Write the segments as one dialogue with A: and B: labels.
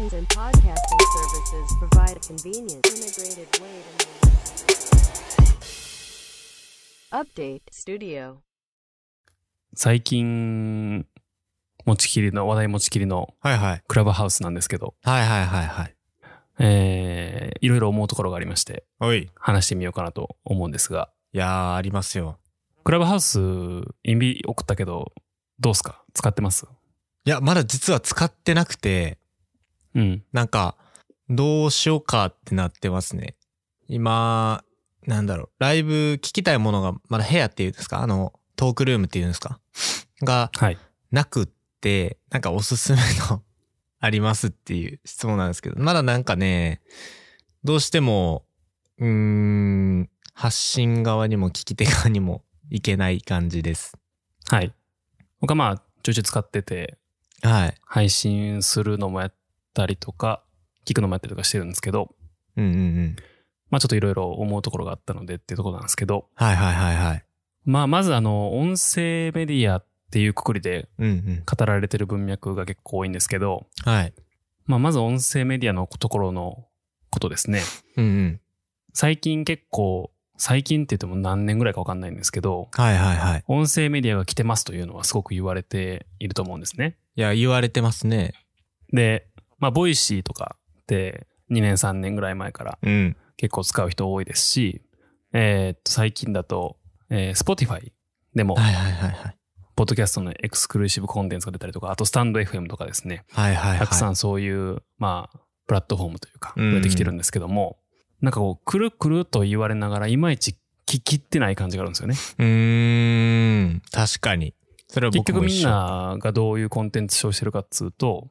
A: Podcasting services provide a convenient, integrated way to update studio.
B: 最近、持ちきりの、話題持ちきりの
C: はいはい。
B: クラブハウスなんですけど、
C: はいはいはいはい。
B: えー、いろいろ思うところがありまして、
C: おい。
B: 話してみようかなと思うんですが、
C: いやー、ありますよ。
B: クラブハウス、インビ送ったけど、どうすか使ってます
C: いや、まだ実は使ってなくて、
B: うん。
C: なんか、どうしようかってなってますね。今、なんだろう、ライブ聞きたいものが、まだ部屋っていうんですかあの、トークルームっていうんですかが、
B: はい。
C: なくって、なんかおすすめの ありますっていう質問なんですけど、まだなんかね、どうしても、うーん、発信側にも聞き手側にもいけない感じです。
B: はい。僕はまあ、ちょいちょい使ってて、
C: はい。
B: 配信するのもやったりとか、聞くのもやったりとかしてるんですけど、
C: うんうんうん。
B: まあちょっといろいろ思うところがあったのでっていうところなんですけど、
C: はいはいはいはい。
B: まあまずあの、音声メディアっていうくくりで
C: うんうん。
B: 語られてる文脈が結構多いんですけど、
C: はい。
B: まあまず音声メディアのところのことですね。
C: うんうん。
B: 最近結構、最近って言っても何年ぐらいかわかんないんですけど、
C: はいはいはい。
B: 音声メディアが来てますというのはすごく言われていると思うんですね。
C: いや、言われてますね。
B: で、まあボイシーとかって2年3年ぐらい前から
C: うん。
B: 結構使う人多いですし、えーっと最近だと、えー Spotify でも、
C: はいはいはいはい。
B: ポッドキャストのエクスクルーシブコンテンツが出たりとか、あとスタンド FM とかですね、
C: はいはいはい。
B: たくさんそういう、まあ、プラットフォームというか、
C: うん
B: 増えてきてるんですけども、なんかこう、くるくると言われながら、いまいち聞きってない感じがあるんですよね。
C: うーん。確かに。それは
B: 結
C: 僕
B: 局
C: も
B: みん
C: 一緒。
B: ながどういうコンテンツ消費してるかっつうと、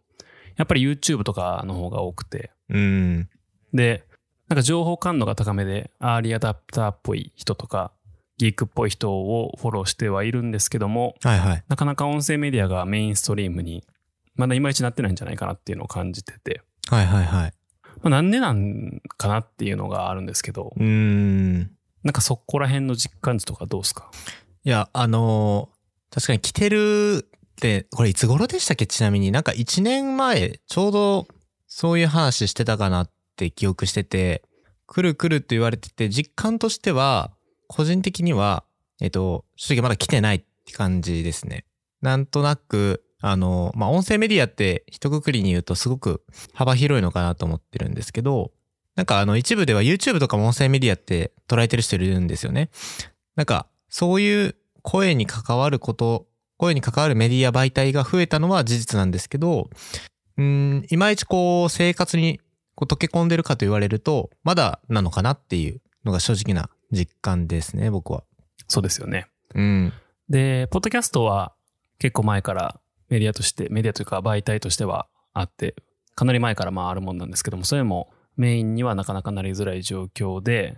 B: やっぱり YouTube とかの方が多くて、
C: うん。
B: で、なんか情報感度が高めで、アーリーアダプターっぽい人とか、ギークっぽい人をフォローしてはいるんですけども、
C: はいはい。
B: なかなか音声メディアがメインストリームに、まだいまいちなってないんじゃないかなっていうのを感じてて、
C: はいはいはい。
B: まあ、なんでなんかなっていうのがあるんですけど、
C: うーん。
B: なんかそこら辺の実感値とかどうですか
C: いや、あのー確かに来てるって、これいつ頃でしたっけちなみになんか1年前、ちょうどそういう話してたかなって記憶してて、来る来るって言われてて、実感としては、個人的には、えっと、正直まだ来てないって感じですね。なんとなく、あの、まあ、音声メディアって一括りに言うとすごく幅広いのかなと思ってるんですけど、なんかあの一部では YouTube とかも音声メディアって捉えてる人いるんですよね。なんかそういう声に関わること、声に関わるメディア媒体が増えたのは事実なんですけど、うーん、いまいちこう生活にこう溶け込んでるかと言われると、まだなのかなっていうのが正直な実感ですね、僕は。
B: そうですよね。
C: うん。
B: で、ポッドキャストは結構前からメディアとして、メディアというか媒体としてはあって、かなり前からまああるもんなんですけども、それもメインにはなかなかなりづらい状況で、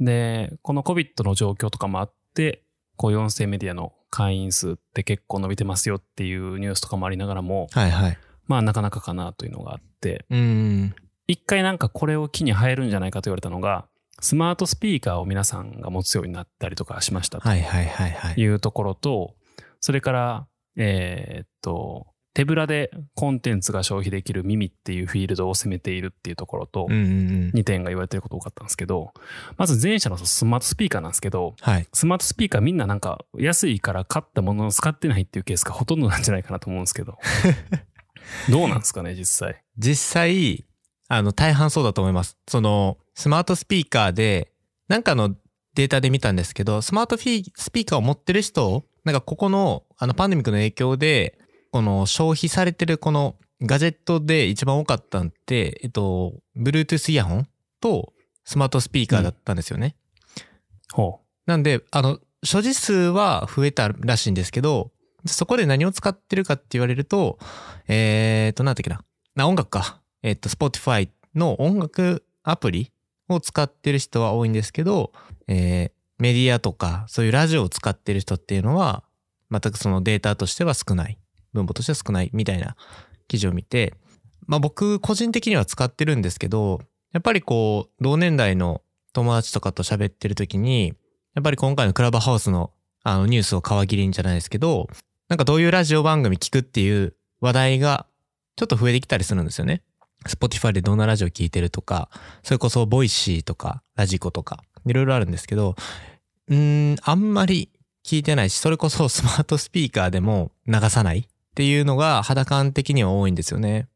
B: で、この COVID の状況とかもあって、こういう音声メディアの会員数って結構伸びてますよっていうニュースとかもありながらも、
C: はいはい。
B: まあなかなかかなというのがあって、
C: うん。
B: 一回なんかこれを機に入るんじゃないかと言われたのが、スマートスピーカーを皆さんが持つようになったりとかしましたと
C: はいはいはいはい。
B: いうところと、それから、えーっと、手ぶらでコンテンツが消費できる耳っていうフィールドを攻めているっていうところと
C: うん、うんうん。
B: 2点が言われてること多かったんですけど、まず前者のスマートスピーカーなんですけど、
C: はい。
B: スマートスピーカーみんななんか安いから買ったものを使ってないっていうケースがほとんどなんじゃないかなと思うんですけ ど、どうなんですかね、実際。
C: 実際、あの、大半そうだと思います。その、スマートスピーカーで、なんかのデータで見たんですけど、スマートフィスピーカーを持ってる人、なんかここの、あの、パンデミックの影響で、この消費されてるこのガジェットで一番多かったんって、えっと、Bluetooth イヤホンとスマートスピーカーだったんですよね。
B: ほ
C: なんで、あの、所持数は増えたらしいんですけど、そこで何を使ってるかって言われると、えーと、なんだっけな。な、音楽か。えっ、と、Spotify の音楽アプリを使ってる人は多いんですけど、えーメディアとか、そういうラジオを使ってる人っていうのは、全くそのデータとしては少ない。分母としては少ないみたいな記事を見て、まあ僕個人的には使ってるんですけど、やっぱりこう、同年代の友達とかと喋ってる時に、やっぱり今回のクラブハウスのあのニュースを皮切りにじゃないですけど、なんかどういうラジオ番組聞くっていう話題がちょっと増えてきたりするんですよね。 Spotify でどんなラジオ聞いてるとか、それこそボイシーとか、ラジコとか、いろいろあるんですけど、うーん、あんまり聞いてないし、それこそ スマートスピーカーでも流さないっていうのが肌感的には多いんですよね。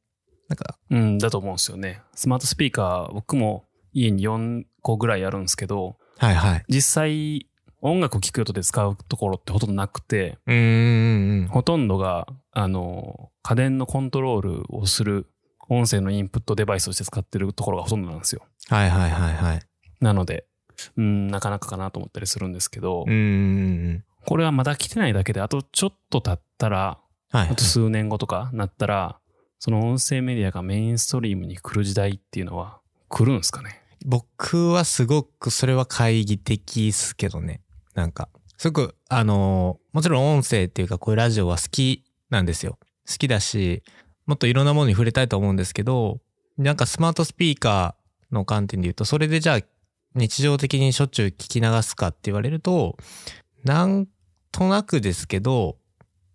C: なんか、
B: うん、だと思うんですよね。スマートスピーカー、僕も家に4個ぐらいあるんですけど、
C: はいはい。
B: 実際、音楽を聴く用途で使うところってほとんどなくて、
C: うーん。
B: ほとんどが、あの、家電のコントロールをする音声のインプットデバイスとして使ってるところがほとんどなんですよ。
C: はいはいはいはい。
B: なので、うん、なかなかかなと思ったりするんですけど
C: う、ーん。
B: これはまだ来てないだけで、あとちょっと経ったら、
C: はい
B: あ。と数年後とかなったら、その音声メディアがメインストリームに来る時代っていうのは来るんですかね。
C: 僕はすごくそれは懐疑的っすけどね。なんか、すごく、あのーもちろん音声っていうかこういうラジオは好きなんですよ。好きだし、もっといろんなものに触れたいと思うんですけど、なんかスマートスピーカーの観点で言うと、それでじゃあ日常的にしょっちゅう聞き流すかって言われると、なんとなくですけど、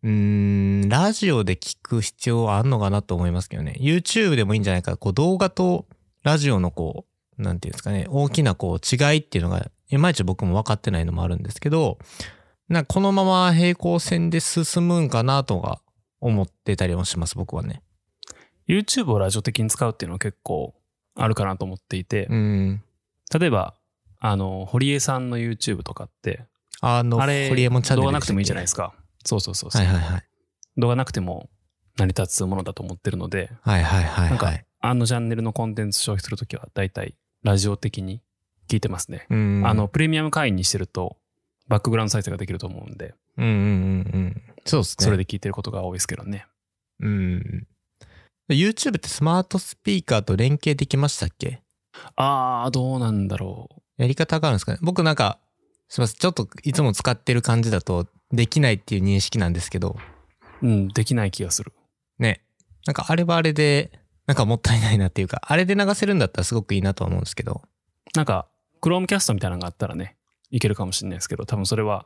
C: うーん、ラジオで聞く必要はあんのかなと思いますけどね。YouTube でもいいんじゃないか。こう動画とラジオのこう、なんていうんですかね、大きなこう違いっていうのが、いまいち僕も分かってないのもあるんですけど、なんかこのまま平行線で進むんかなとか思ってたりもします、僕はね。
B: YouTube をラジオ的に使うっていうのは結構あるかなと思っていて、
C: うん。
B: 例えば、あの、堀江さんの YouTube とかって、
C: あの、
B: あれ、
C: ホリエモンチャンネル
B: 動画なくてもいいじゃない
C: で
B: ですか。そうそうそう
C: す
B: そう、
C: はいはいはい。
B: 動画なくても成り立つものだと思ってるので、
C: はいはいは
B: な
C: い、は
B: ん
C: い。
B: かあのチャンネルのコンテンツ消費するときは、だいたいラジオ的に聞いてますね。
C: うん。
B: あの、、プレミアム会員にしてると、バックグラウンド再生ができると思うんで、
C: うんうんうんうん。そうですね。
B: それで聞いてることが多いですけどね。
C: うん。YouTube ってスマートスピーカーと連携できましたっけ
B: あー、どうなんだろう。
C: やり方があるんですかね僕なんか、すいません。ちょっといつも使ってる感じだと、できないっていう認識なんですけど、
B: うん、できない気がする。
C: ね。なんかあれはあれで、なんかもったいないなっていうか、あれで流せるんだったらすごくいいなとは思うんですけど。
B: なんか、Chromecast みたいなのがあったらね、いけるかもしれないですけど、多分それは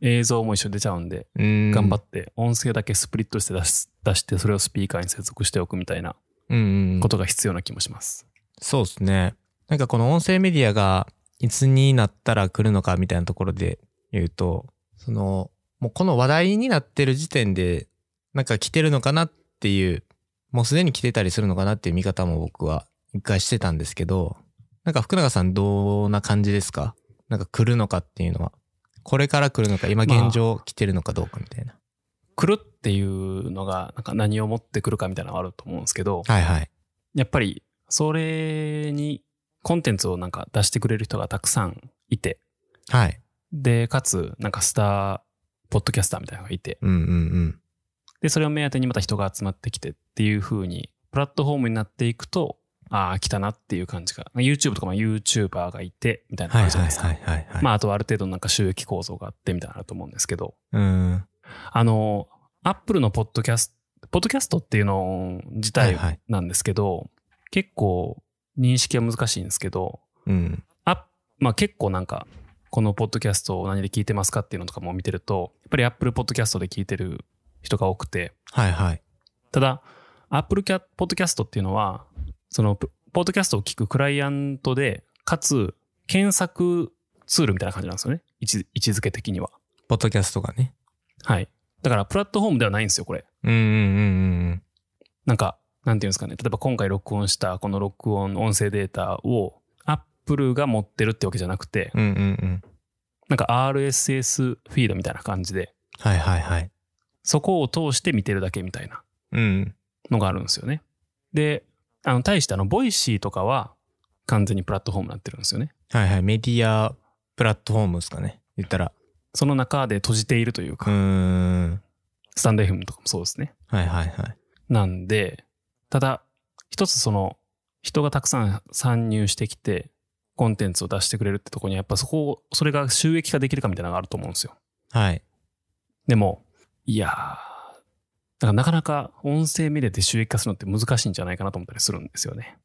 B: 映像も一緒に出ちゃうんで、
C: 頑
B: 頑張って音声だけスプリットして出し出して、それをスピーカーに接続しておくみたいな
C: うんうん
B: こ。とが必要な気もします。
C: そうですね。なんかこの音声メディアがいつになったら来るのかみたいなところで言うと、その、もうこの話題になってる時点で、なんか来てるのかなっていう、もうすでに来てたりするのかなっていう見方も僕は一回してたんですけど、なんか福永さんどんな感じですかなんか来るのかっていうのは。これから来るのか、今現状来てるのかどうかみたいな。
B: 来るっていうのが、なんか何を持ってくるかみたいなのがあると思うんですけど、
C: はいはい。
B: やっぱり、それにコンテンツをなんか出してくれる人がたくさんいて、
C: はい。
B: で、かつ、なんかスター、ポッドキャスターみたいなのがいて、
C: うんうんうん。
B: で、それを目当てにまた人が集まってきてっていう風に、プラットフォームになっていくと、ああ、来たなっていう感じが。YouTube とかも YouTuber がいて、みたいな
C: はい
B: 感じじゃ
C: は
B: ない
C: い
B: ですか。
C: はいはい、はい。
B: ま
C: あ、
B: あ、あとはある程度のなんか収益構造があってみたいなのあると思うんですけど、
C: うん。
B: あの、Apple のポッドキャスト、ポッドキャストっていうの自体
C: はい。
B: なんですけど、結構認識は難しいんですけど、
C: うん。
B: あまあ結構なんか、このポッドキャストを何で聞いてますかっていうのとかも見てると、やっぱり Apple ポッドキャストで聞いてる人が多くて、
C: はいはい。
B: ただ、Apple キャポッドキャストっていうのは、その、ポポッドキャストを聞くクライアントで、かつ、検索ツールみたいな感じなんですよね。位置位置づけ的には。
C: ポッドキャストがね。
B: はい。だから、プラットフォームではないんですよ、これ。
C: うんうんうん
B: なんか、なんていうんですかね。例えば、今回録音した、この録音、音声データを、Apple が持ってるってわけじゃなくて、
C: うん。うんうんうん。
B: なんか RSS フィードみたいな感じで、
C: はいはいはい。
B: そこを通して見てるだけみたいな
C: うん。
B: のがあるんですよね。で、あの、対してあの、ボイシーとかは完全にプラットフォームになってるんですよね。
C: はいはい。メディアプラットフォームですかね。言ったら。
B: その中で閉じているという
C: うー
B: か、
C: ん。
B: スタンド FM とかもそうですね。
C: はいはいはい。
B: なんで、ただ、一つその、人がたくさん参入してきて、コンテンツを出してくれるってとこに、やっぱそこを、それが収益化できるかみたいなのがあると思うんですよ。
C: はい。
B: でも、いやー、だからなかなか音声メディアで収益化するのって難しいんじゃないかなと思ったりするんですよね。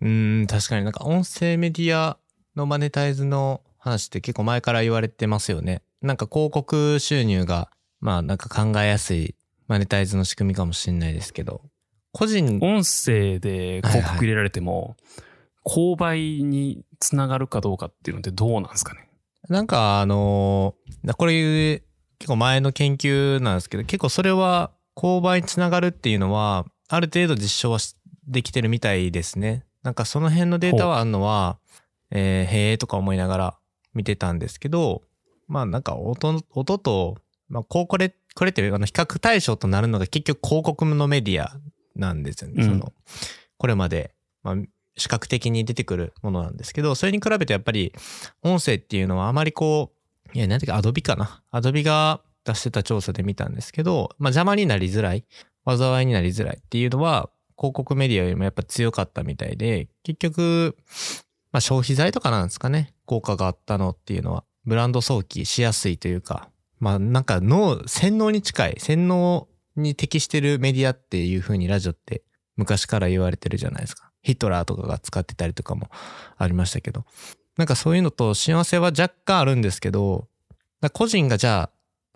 C: うーん。確かになんか音声メディアのマネタイズの話って結構前から言われてますよね。なんか広告収入が、まあなんか考えやすいマネタイズの仕組みかもしれないですけど、個人、
B: 音声で広告入れられても、購買につながるかどうかっていうのってどうなんですかね
C: なんかあのーこれ結構前の研究なんですけど、結構それは購買につながるっていうのは、ある程度実証はしできてるみたいですね。なんかその辺のデータはあるのは、えーへえとか思いながら見てたんですけど、まあなんか音、音と、まあこうこれ、これってあの比較対象となるのが結局広告のメディアなんですよね。
B: うん
C: その、これまで、まあ視覚的に出てくるものなんですけど、それに比べてやっぱり音声っていうのはあまりこう、いや、なんていうか、アドビかな。アドビが出してた調査で見たんですけど、まあ邪魔になりづらい、災いになりづらいっていうのは、広告メディアよりもやっぱ強かったみたいで、結局、まあ消費財とかなんですかね。効果があったのっていうのは、ブランド想起しやすいというか、まあなんか脳、洗脳に近い、洗脳に適してるメディアっていう風にラジオって昔から言われてるじゃないですか。ヒトラーとかが使ってたりとかもありましたけど。なんかそういうのと幸せは若干あるんですけど、だから個人がじゃあ、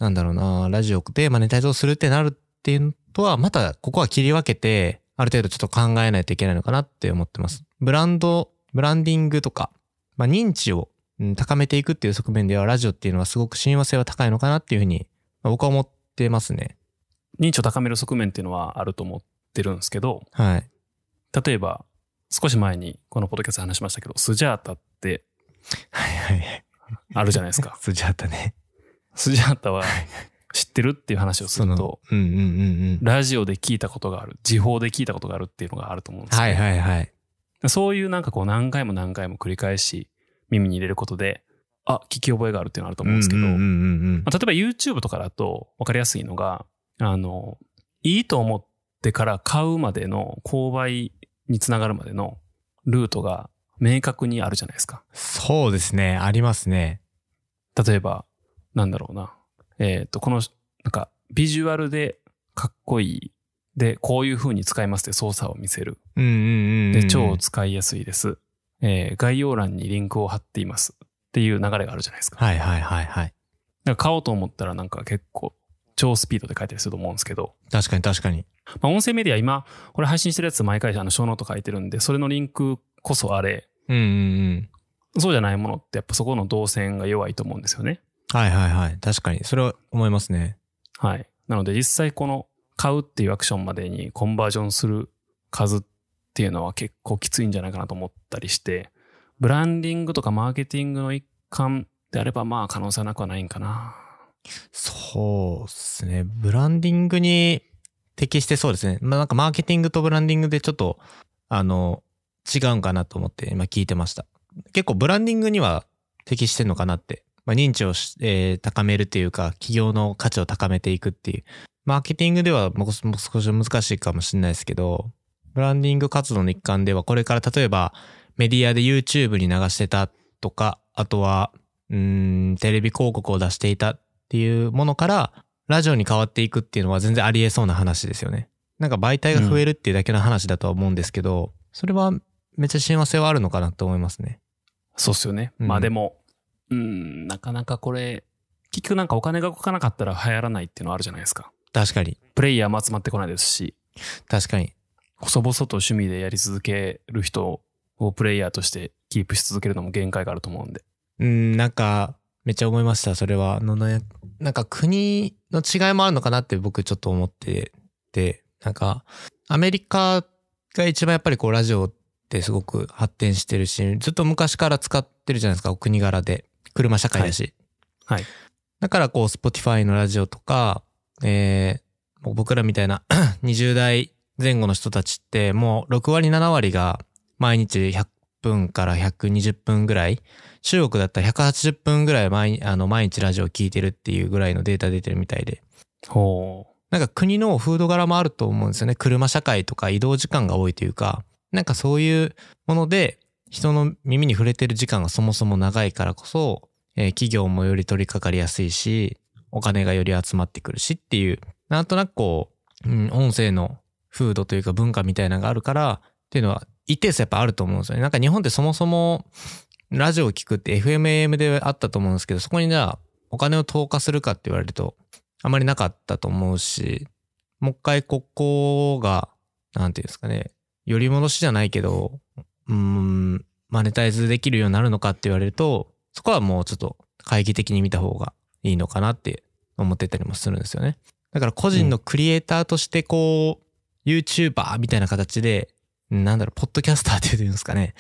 C: なんだろうな、ラジオでマネタイズをするってなるっていうのとは、またここは切り分けて、ある程度ちょっと考えないといけないのかなって思ってます。ブランド、ブランディングとか、まあ、認知をうん高めていくっていう側面では、ラジオっていうのはすごく親和性は高いのかなっていうふうに、まあ僕は思ってますね。
B: 認知を高める側面っていうのはあると思ってるんですけど、
C: はい。
B: 例えば、少し前にこのポッドキャストで話しましたけど、スジャータって
C: はいはいはい。。
B: あるじゃないですか
C: スジャータね。
B: スジャータは知ってるっていう話をす
C: そ
B: る
C: の
B: と、、
C: うんうんうんうん。
B: ラジオで聞いたことがある、時報で聞いたことがあるっていうのがあると思うんですけど、
C: はいはいはい。
B: そういうなんかこう何回も何回も繰り返し耳に入れることで、あ、聞き覚えがあるっていうのがあると思うんですけど、
C: うんうんうんうん
B: まあ、例えば YouTube とかだと分かりやすいのが、あの、いいと思ってから買うまでの購買につながるまでのルートが明確にあるじゃないですか。
C: そうですね。ありますね。
B: 例えば、なんだろうな。えっ、と、この、なんか、ビジュアルでかっこいい。で、こういう風に使いますって操作を見せる。
C: うんうんうんうん。
B: で、超使いやすいです。えー概要欄にリンクを貼っています。っていう流れがあるじゃないですか。
C: はいはいはいはい。
B: なんか買おうと思ったらなんか結構超スピードで書いたりすると思うんですけど、
C: 確かに確かに。
B: まあ、音声メディア今、これ配信してるやつ毎回あの小ノート書いてるんで、それのリンクこそあれ、
C: うんうんうん。
B: そうじゃないものってやっぱそこの動線が弱いと思うんですよね。
C: はいはいはい。確かに。それは思いますね。
B: はい。なので実際この買うっていうアクションまでにコンバージョンする数っていうのは結構きついんじゃないかなと思ったりして、ブランディングとかマーケティングの一環であればまあ可能性はなくはないんかな。
C: そうですね。ブランディングに適してそうですね。まあなんかマーケティングとブランディングでちょっと、あの、違うんかなと思って今聞いてました。結構ブランディングには適してんのかなって。まあ認知をし、えー高めるというか、企業の価値を高めていくっていう。マーケティングではもうもう少し難しいかもしれないですけど、ブランディング活動の一環では、これから例えばメディアで YouTube に流してたとか、あとは、うーん、テレビ広告を出していたっていうものから、ラジオに変わっていくっていうのは全然ありえそうな話ですよね。なんか媒体が増えるっていうだけの話だとは思うんですけど、それはめっちゃ親和性はあるのかなと思いますね。
B: そうっすよね。
C: うん
B: まあでも、うん、なかなかこれ、結局なんかお金が動かなかったら流行らないっていうのはあるじゃないですか。
C: 確かに。
B: プレイヤーも集まってこないですし、
C: 確かに。
B: 細々と趣味でやり続ける人をプレイヤーとしてキープし続けるのも限界があると思うんで。
C: うん、なんか、めっちゃ思いました、それは。あのななんか国の違いもあるのかなって僕ちょっと思ってて、なんか、アメリカが一番やっぱりこうラジオってすごく発展してるし、ずっと昔から使ってるじゃないですか、お国柄で。車社会だし。
B: はいはい
C: だからこう、Spotify のラジオとか、えー、もう僕らみたいな 20代前後の人たちって、もう6割、7割が毎日100分から120分ぐらい中国だったら180分ぐらい毎あの毎日ラジオを聞いてるっていうぐらいのデータ出てるみたいで
B: ほ
C: なんか国の風土柄もあると思うんですよね車社会とか移動時間が多いというかなんかそういうもので人の耳に触れてる時間がそもそも長いからこそ、えー企業もより取り掛かりやすいしお金がより集まってくるしっていうなんとなくこう、うん、音声の風土というか文化みたいなのがあるからっていうのは一定数やっぱあると思うんですよね。なんか日本ってそもそもラジオを聞くって FMAM であったと思うんですけど、そこにじゃあお金を投下するかって言われるとあまりなかったと思うし、もう一回ここがなんていうんですかね、より戻しじゃないけど、うーん、マネタイズできるようになるのかって言われると、そこはもうちょっと懐疑的に見た方がいいのかなって思ってたりもするんですよね。だから個人のクリエイターとしてこう、YouTuber みたいな形で、なんだろう、ポッドキャスターって言うんですかね。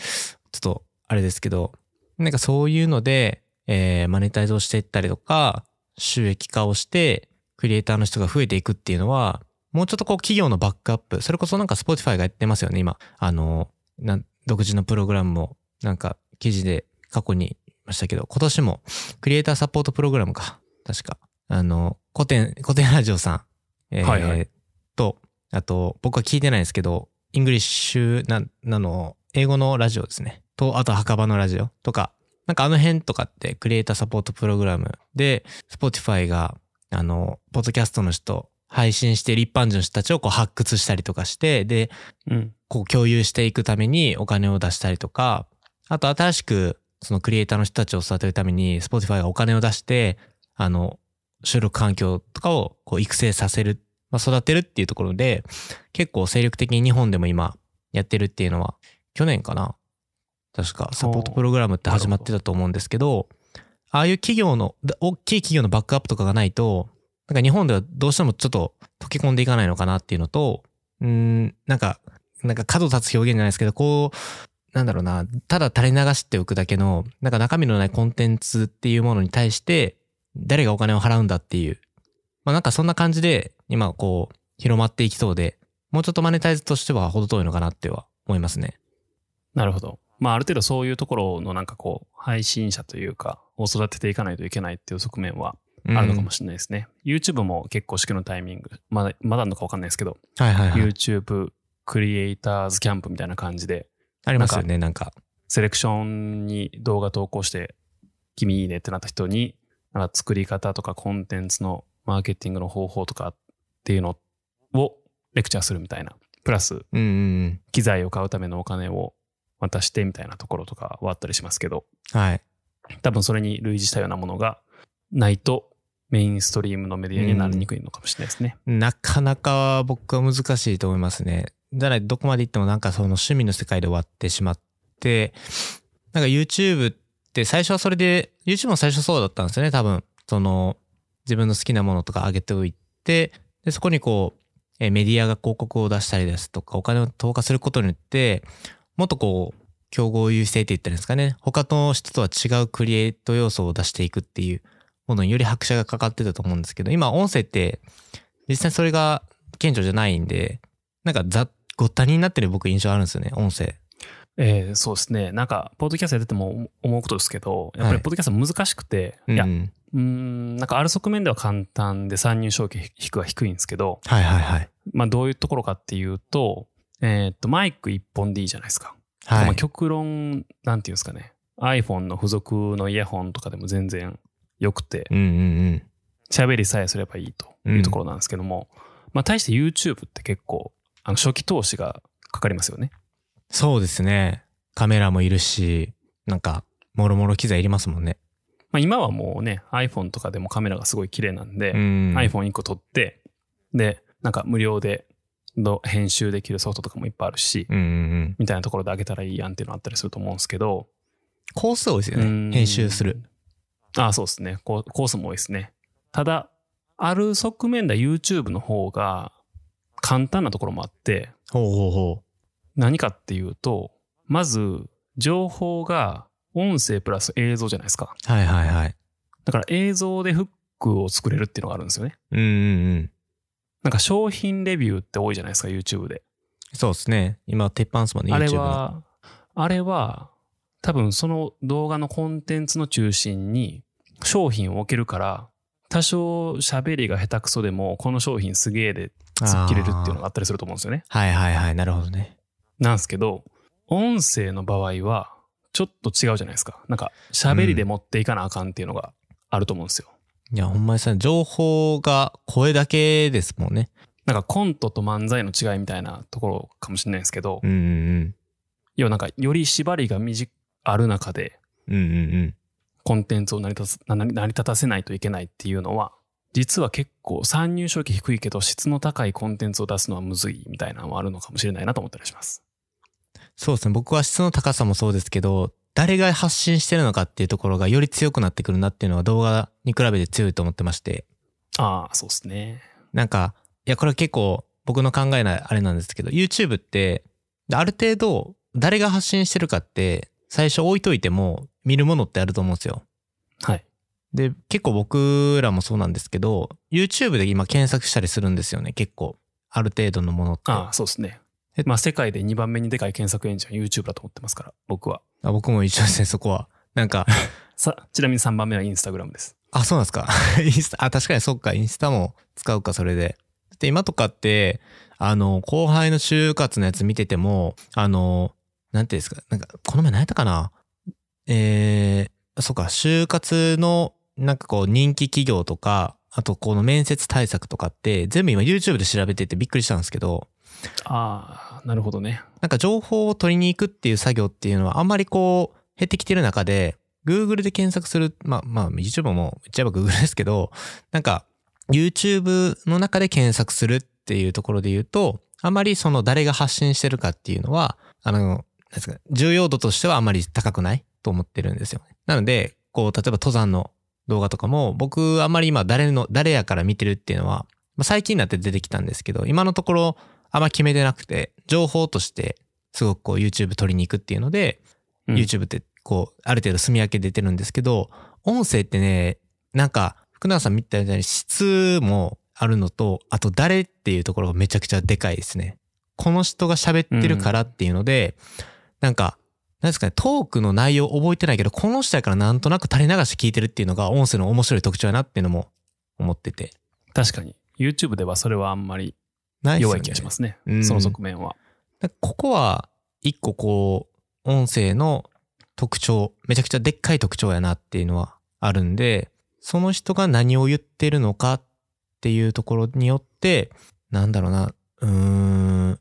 C: ちょっと、あれですけど、なんかそういうので、えーマネタイズをしていったりとか、収益化をして、クリエイターの人が増えていくっていうのは、もうちょっとこう企業のバックアップ、それこそなんか Spotify がやってますよね、今。あの、なん独自のプログラムを、なんか記事で過去に言いましたけど、今年もクリエイターサポートプログラムか、確か。あの、古典、古典ラジオさん、えー
B: はいは
C: と、あと、僕は聞いてないんですけど、イングリッシュな、なの、英語のラジオですね。と、あと墓場のラジオとか、なんかあの辺とかってクリエイターサポートプログラムで、Spotify が、あの、ポッドキャストの人、配信している一般人の人たちをこう発掘したりとかして、で、
B: うん。
C: こう共有していくためにお金を出したりとか、あと新しくそのクリエイターの人たちを育てるために Spotify がお金を出して、あの、収録環境とかをこう育成させる、まあ、育てるっていうところで、結構精力的に日本でも今やってるっていうのは、去年かな確かサポートプログラムって始まってたと思うんですけど、ああいう企業の、だ大きい企業のバックアップとかがないと、なんか日本ではどうしてもちょっと溶け込んでいかないのかなっていうのと、うーん、なんかなんか角立つ表現じゃないですけど、こう、なんだろうな、ただ垂れ流しておくだけの、なんか中身のないコンテンツっていうものに対して、誰がお金を払うんだっていう。まあなんかそんな感じで、今こう、広まっていきそうで、もうちょっとマネタイズとしては程遠いのかなっては思いますね。
B: なるほど。まあ、ある程度そういうところのなんかこう、配信者というか、を育てていかないといけないっていう側面はあるのかも
C: し
B: しれないですね。YouTube も結構式のタイミング、まだ、まだあるのかわかんないですけど、
C: れない。はいはいはい。
B: YouTube クリエイターズキャンプみたいな感じで、
C: ありますよね、なんか。
B: セレクションに動画投稿して、君いいねってなった人に、なんか作り方とかコンテンツのマーケティングの方法とかっていうのをレクチャーするみたいな。プラス、
C: うんうん
B: 機材を買うためのお金を渡してみたいなところとかはあったりしますけど、
C: うん。はい。
B: 多分それに類似したようなものがないと、メインストリームのメディアになりにくいのかもしれないですね。
C: なかなか僕は難しいと思いますね。じゃないどこまで行ってもなんかその趣味の世界で終わってしまって、なんか YouTube って最初はそれで、YouTube も最初そうだったんですよね、多分。その自分の好きなものとか上げておいて、で、そこにこう、えーメディアが広告を出したりですとか、お金を投下することによって、もっとこう、競合優位性って言ったらいいんですかね。他の人とは違うクリエイト要素を出していくっていうものにより拍車がかかってたと思うんですけど、今音声って実際それが顕著じゃないんで、なんかざごったになってる僕印象あるんですよね、音声。
B: えーそうですね。なんか、ポッドキャストやってても思うことですけど、やっぱ
C: は
B: り
C: い
B: ポッドキャストは難しくて、
C: うん
B: いや、うーん、なんかある側面では簡単で参入障壁引くは低いんですけど、
C: はいはいはい。
B: まあどういうところかっていうと、えーっと、マイク一本でいいじゃないですか。
C: は
B: まあ
C: い。
B: 極論、なんていうんですかね。iPhone の付属のイヤホンとかでも全然良くて、
C: うんうん
B: 喋りさえすればいいというところなんですけども、まあ対して YouTube って結構、あの初期投資がかかりますよね。
C: そうですね。カメラもいるし、なんか、もろもろ機材いりますもんね。
B: まあ今はもうね、iPhone とかでもカメラがすごい綺麗なんで、
C: ん
B: iPhone1 個取って、で、なんか無料での編集できるソフトとかもいっぱいあるし、
C: うんうんうん。
B: みたいなところで上げたらいいやんっていうのあったりすると思うんですけど、
C: コース多いですよ
B: うん
C: ね。編集する。。
B: ああ、そうですねコー。コースも多いですね。ただ、ある側面では YouTube の方が簡単なところもあって、
C: ほうほうほ
B: 何かっていうと、まず、情報が音声プラス映像じゃないですか。
C: う。はいはいはい。
B: だから映像でフックを作れるっていうのがあるんですよね。
C: うんうんうん。
B: なんか商品レビューって多いじゃないですか、YouTube で。
C: そうですね。今、鉄板っすもんね、
B: あれ
C: YouTube の。
B: は、あれは、多分その動画のコンテンツの中心に商品を置けるから、多少喋りが下手くそでも、この商品すげえで突っ切れるっていうのがあったりすると思うんですよね。
C: あーはいはいはい。なるほどね。
B: なんですけど、音声の場合は、ちょっと違うじゃないですか。なんか、喋りで持っていかなあかんっていうのがあると思うんですよ。
C: いや、ほんまにさ、情報が声だけですもんね。
B: なんかコントと漫才の違いみたいなところかもしれないですけど、
C: うんうん
B: 要はなんか、より縛りが短ある中で、
C: うん。うんうんうん。
B: コンテンツを成り立つな成り立たせないといけないっていうのは実は結構参入障壁低いけど質の高いコンテンツを出すのはむずいみたいなのもあるのかもしれないなと思ったりします。
C: そうですね。僕は質の高さもそうですけど、誰が発信してるのかっていうところがより強くなってくるなっていうのは動画に比べて強いと思ってまして。
B: ああ、そうですね。
C: なんか、いや、これ結構僕の考えないあれなんですけど、YouTube って、ある程度誰が発信してるかって最初置いといても見るものってあると思うんですよ。
B: はい。
C: で、結構僕らもそうなんですけど、YouTube で今検索したりするんですよね、結構。ある程度のものって。
B: ああ、そうですね。まあ世界で2番目にでかい検索エンジンは YouTube だと思ってますから、僕は。
C: あ僕も一緒ですね、そこは。なんか、
B: さちなみに3番目は Instagram です。
C: あ、そうなんですか。 インスタ、あ、確かにそっか、インスタも使うか、それで。だって今とかって、あの、後輩の就活のやつ見てても、あの、なんていうんですか、なんか、この前何やったかなえー、そっか、就活の、なんかこう、人気企業とか、あと、この面接対策とかって、全部今 YouTube で調べててびっくりしたんですけど、
B: ああ、なるほどね。
C: なんか情報を取りに行くっていう作業っていうのはあんまりこう減ってきてる中で、Google で検索する、まあまあ YouTube も言っちゃえば Google ですけど、なんか YouTube の中で検索するっていうところで言うと、あまりその誰が発信してるかっていうのは、あの、なんですか、重要度としてはあまり高くないと思ってるんですよね。なので、こう、例えば登山の動画とかも、僕あんまり今誰の、誰やから見てるっていうのは、まあ最近になって出てきたんですけど、今のところあんま決めてなくて、情報としてすごくこう YouTube 取りに行くっていうので、
B: うん
C: YouTube ってこう、ある程度住み分け出てるんですけど、音声ってね、なんか、福永さん見たみたいに質もあるのと、あと誰っていうところがめちゃくちゃでかいですね。この人が喋ってるからっていうので、なんか、なんですかね、トークの内容覚えてないけど、この人やからなんとなく垂れ流して聞いてるっていうのが音声の面白い特徴やなっていうのも思ってて。
B: 確かに。YouTube ではそれはあんまり
C: ない
B: 弱い気がしますすね。
C: うん
B: その側面は。
C: よね。だからここは、一個こう、音声の特徴、めちゃくちゃでっかい特徴やなっていうのはあるんで、その人が何を言ってるのかっていうところによって、なんだろうな、うーん、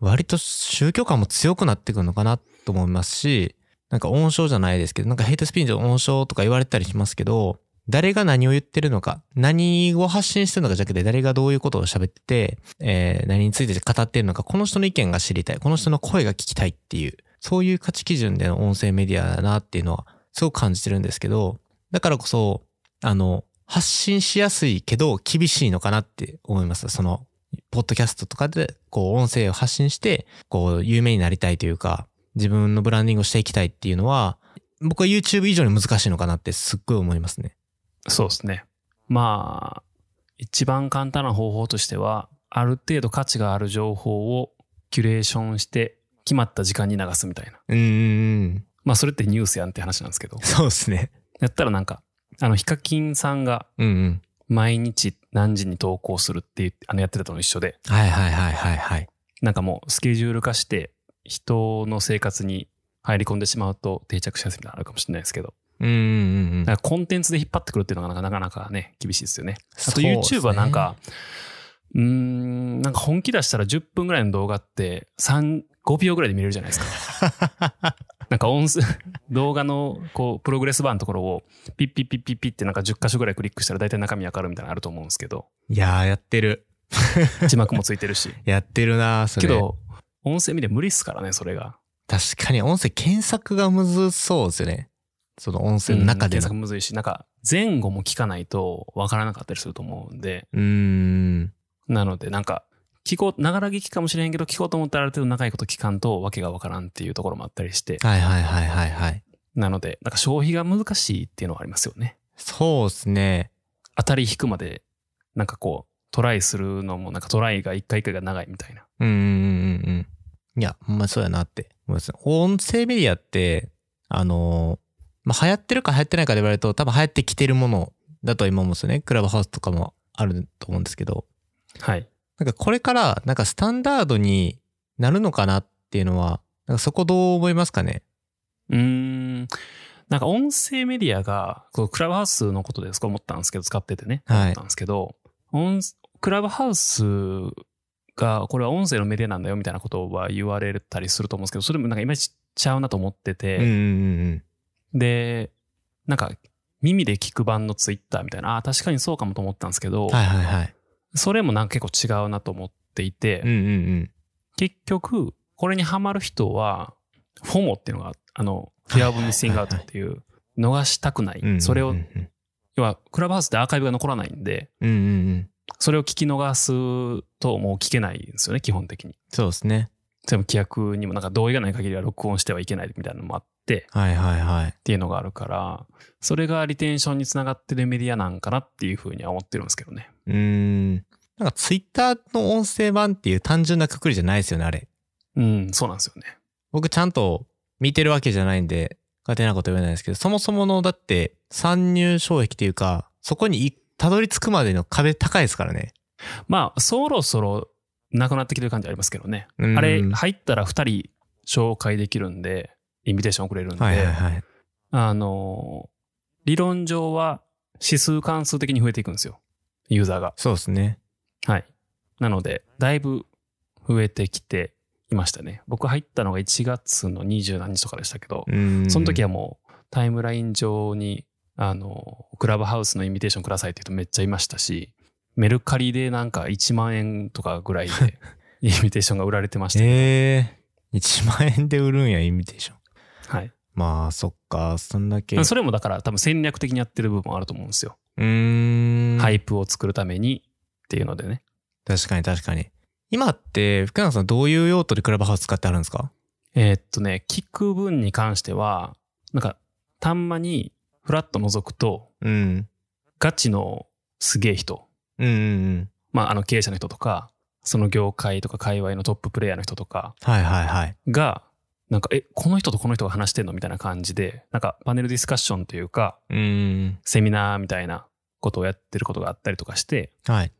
C: 割と宗教感も強くなってくるのかなと思いますし、なんか音章じゃないですけど、なんかヘイトスピンで音章とか言われたりしますけど、誰が何を言ってるのか、何を発信してるのかじゃなくて、誰がどういうことを喋ってて、えー何について語ってるのか、この人の意見が知りたい、この人の声が聞きたいっていう、そういう価値基準での音声メディアだなっていうのは、すごく感じてるんですけど、だからこそ、あの、発信しやすいけど厳しいのかなって思います。その、ポッドキャストとかで、こう、音声を発信して、こう、有名になりたいというか、自分のブランディングをしていきたいっていうのは、僕は YouTube 以上に難しいのかなってすっごい思いますね。
B: そうですね。まあ、一番簡単な方法としては、ある程度価値がある情報をキュレーションして、決まった時間に流すみたいな。
C: うーん。
B: まあ、それってニュースやんって話なんですけど。
C: そうですね。
B: やったらなんか、あの、ヒカキンさんが
C: うんうん。
B: 毎日何時に投稿するっていう、あの、やってたの一緒で、
C: はいはいはいはいはい。
B: なんかもうスケジュール化して、人の生活に入り込んでしまうと定着しやすいみたいなのあるかもしれないですけど、
C: うんうんうん。
B: だからコンテンツで引っ張ってくるっていうのがなかなかなかね、厳しいですよね。あ
C: そ
B: と
C: うですね
B: YouTube はなんか、うーん、なんか本気出したら10分ぐらいの動画って3、5秒ぐらいで見れるじゃないですか。 なんか音声、動画のこう、プログレスバーのところをピッピッピッピッピッってなんか10箇所ぐらいクリックしたら大体中身わかるみたいなのあると思うんですけど、
C: いやー、やってる。
B: 字幕もついてる し。
C: やってるなーそ
B: け
C: れ。
B: ど、音声見て無理っすからね、それが。
C: 確かに音声検索がむずそうですよね。その音声の中
B: 検
C: での。
B: 索むずいし、なんか前後も聞かないとわからなかったりすると思うんで、
C: うーん。
B: なので、なんか、聞こう、ながら聞きかもしれへんけど、聞こうと思ったらある程度長いこと聞かんと、わけがわからんっていうところもあったりして、
C: はいはいはいはいはい。
B: なので、なんか消費が難しいっていうのはありますよね。
C: そうですね。
B: 当たり引くまで、なんかこう、トライするのも、なんかトライが一回一回が長いみたいな。
C: うんうんうんうんうん。いや、ほんまそうやなって思います。音声メディアって、あのーまあ、流行ってるか流行ってないかで言われると、多分流行ってきてるものだと今思うんですよね。クラブハウスとかもあると思うんですけど、
B: はい。
C: なんかこれから、なんかスタンダードになるのかなっていうのは、なんかそこどう思いますかね
B: うーん。なんか音声メディアが、こうクラブハウスのことですごい思ったんですけど、使っててね。
C: はい
B: 思ったんですけど、音クラブハウスが、これは音声のメディアなんだよみたいなことは言われたりすると思うんですけど、それもなんかいまいちちゃうなと思ってて、
C: うんうんうんうん。
B: で、なんか、耳で聞く版のツイッターみたいな、ああー、確かにそうかもと思ったんですけど、
C: はいはいはい。
B: それもなんか結構違うなと思っていて、
C: うんうんうん。
B: 結局、これにハマる人は、フォモっていうのが、あの、フェアオブミッシングアウトっていう、逃したくない。
C: うんうんうん
B: それを
C: うんうん
B: 要はクラブハウスってアーカイブが残らないんで、
C: うんうん。
B: それを聞き逃すともう聞けないんですよね、基本的に。
C: そうですね。
B: それも規約にもなんか同意がない限りは録音してはいけないみたいなのもあって、
C: はいはいはい。
B: っていうのがあるから、それがリテンションにつながってるメディアなんかなっていうふうには思ってるんですけどね。
C: うーん。なんかツイッターの音声版っていう単純なくくりじゃないですよね、あれ。
B: うん、そうなんですよね。
C: 僕ちゃんと見てるわけじゃないんで、勝手なこと言えないですけど、そもそものだって参入障壁というか、そこにいたどり着くまでの壁高いですからね。
B: まあ、そろそろなくなってきてる感じありますけどね。
C: うん
B: あれ、入ったら2人紹介できるんで、インビテーション送れるんで、
C: はいはいはい。
B: あの、理論上は指数関数的に増えていくんですよ、ユーザーが。
C: そうですね。
B: はい。なので、だいぶ増えてきていましたね。僕入ったのが1月の20何日とかでしたけど、
C: うーん。
B: その時
C: は。
B: はもうタイムライン上に、あの、クラブハウスのインビテーションくださいって言うとめっちゃいましたし、メルカリでなんか1万円とかぐらいで インビテーションが売られてました。
C: ええー。1万円で売るんや、インビテーション。
B: はい。
C: まあ、そっか、そんだけ。
B: それもだから多分戦略的にやってる部分もあると思うんですよ。
C: うーん。
B: ハイプを作るためにっていうのでね。
C: 確かに確かに。今って、福永さんどういう用途でクラブハウス使ってあるんですか
B: えーっとね、聞く分に関しては、なんか、たんまにフラッと覗くと、
C: うん。
B: ガチのすげえ人、
C: うんうんうん。
B: まあ、あの経営者の人とか、その業界とか界隈のトッププレイヤーの人とか
C: はいはいはい。
B: が、なんか、え、この人とこの人が話してんのみたいな感じで、なんかパネルディスカッションというか、
C: うーん。
B: セミナーみたいなことをやってることがあったりとかして、
C: はい。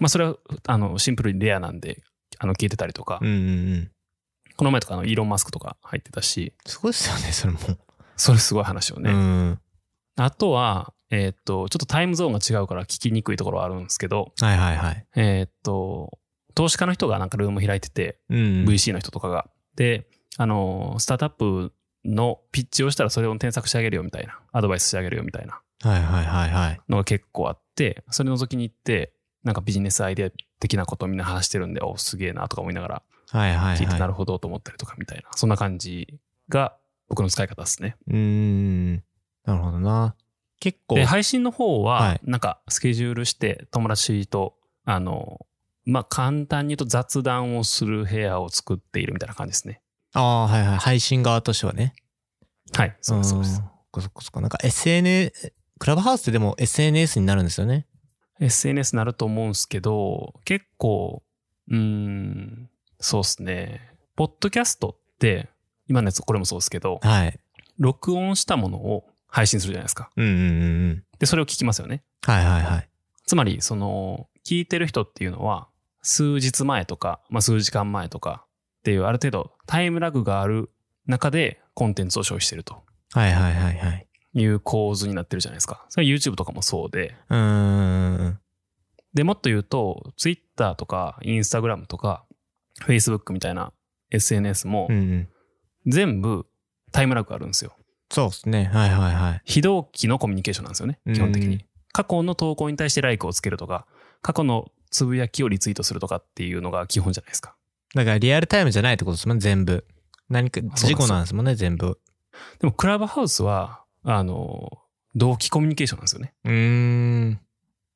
B: まあ、それは、あの、シンプルにレアなんで、あの、聞いてたりとか
C: うん、うんうん。
B: この前とか、あの、イーロン・マスクとか入ってたし、
C: すごいですよね、それも。
B: それすごい話をね、
C: うん。
B: あとは、えーっと、ちょっとタイムゾーンが違うから聞きにくいところはあるんですけど、
C: はいはいはい。
B: えーっと、投資家の人がなんかルーム開いてて、
C: うんうん。
B: VC の人とかが。で、あの、スタートアップのピッチをしたらそれを添削してあげるよみたいな、アドバイスしてあげるよみたいな
C: はいはいはいはい。
B: のが結構あって、それ覗きに行って、なんかビジネスアイデア的なことをみんな話してるんで、お、すげえなとか思いながら
C: はいはい
B: 聞いて、
C: はい。
B: なるほどと思ったりとかみたいな、そんな感じが僕の使い方ですね。
C: うーん。なるほどな。結構。
B: で配信の方
C: は
B: はいなんかスケジュールして友達とあのまあ簡単に言うと雑談をする部屋を作っているみたいな感じですね
C: ああ、はいはい。配信側としてはね。
B: はいそうですそうです
C: んそっかそっかそっか。なんか SNS、クラブハウスってでも SNS になるんですよね。
B: SNS なると思うんですけど結構うーんそうですねポッドキャストって今のやつこれもそうですけど
C: はい。
B: 録音したものを配信するじゃないですか
C: うんうんうんうん。
B: でそれを聞きますよね
C: はいはいはい。
B: つまりその聞いてる人っていうのは数日前とか、まあ、数時間前とかっていうある程度タイムラグがある中でコンテンツを消費してると
C: はいはいはいはい。
B: いう構図になってるじゃないですか。それは YouTube とかもそうで。
C: うーん。
B: で、もっと言うと Twitter とか Instagram とか Facebook みたいな SNS も
C: うんうん。
B: 全部タイムラグがあるんですよ。
C: そうですね。はいはいはい。
B: 非同期のコミュニケーションなんですよね、基本的
C: うん
B: に。過去の投稿に対してライクをつけるとか、過去のつぶやきをリツイートするとかっていうのが基本じゃないですか。
C: だからリアルタイムじゃないってことですもんね、全部。何か、
B: す
C: 事故なんですもんね、全部。
B: でもクラブハウスは、あの、同期コミュニケーションなんですよね。
C: うーん。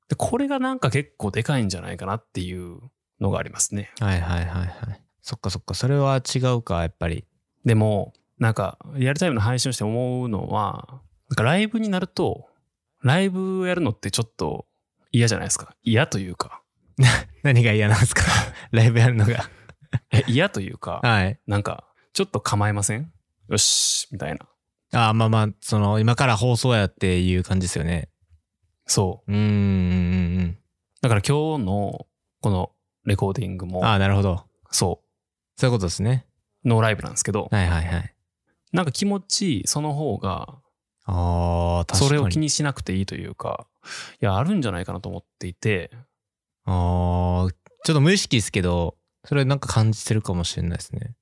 B: で、これがなんか結構でかいんじゃないかなっていうのがありますね。
C: はいはいはいはい。そっかそっか、それは違うか、やっぱり。
B: でも、なんか、リアルタイムの配信をして思うのは、なんかライブになると、ライブやるのってちょっと嫌じゃないですか。嫌というか、
C: 何が嫌なんですか ライブやるのが。
B: え嫌というか、
C: はい。
B: なんか、ちょっと構えませんよし、みたいな。
C: ああ、まあまあ、その、今から放送やっていう感じですよね。
B: そう。
C: うーんうんうん
B: だから今日のこのレコーディングも
C: うん。、ああ、なるほど。
B: そ
C: そういうことですね。
B: う、ノーライブなんですけど、
C: はいはいはい。
B: なんか気持ちいい、その方が
C: ああ、確かに。
B: それを気にしなくていいというか、いや、あるんじゃないかなと思っていて、
C: ああ、ちょっと無意識ですけど、それなんか感じてるかもしれないですね。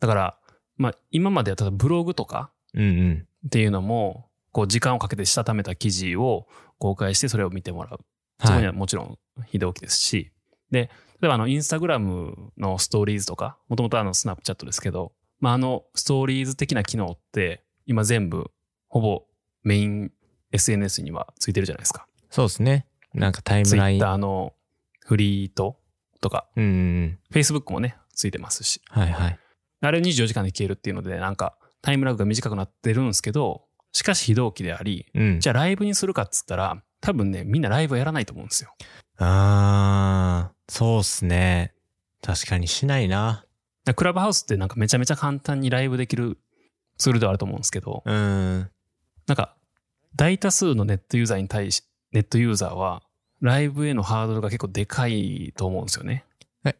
B: だから、まあ、今まではただブログとか
C: うんうん。
B: っていうのも、ここう時間をかけてしたためた記事を公開してそれを見てもらう。そこ
C: は。
B: にはいもちろん非同期ですし、で、例えばあの、インスタグラムのストーリーズとか、もともとあの、スナップチャットですけど、まあ、あの、ストーリーズ的な機能って、今全部、ほぼメイン SNS にはついてるじゃないですか。
C: そうですね。なんかタイム
B: ツイ
C: ライ
B: ッ
C: ン。
B: ターのフリートとか、
C: うんうん。
B: Facebook もね、ついてますし。
C: はいはい。
B: あれ24時間で消えるっていうので、なんか、タイムラグが短くなってるんですけど、しかし非同期であり、
C: うん。
B: じゃあライブにするかっつったら、多分ね、みんなライブはやらないと思うんですよ。
C: あー、そうっすね。確かにしないな。
B: だからクラブハウスってなんかめちゃめちゃ簡単にライブできるツールではあると思うんですけど、
C: うん。
B: なんか大多数のネットユーザーに対し、ネットユーザーはライブへのハードルが結構でかいと思うんですよね。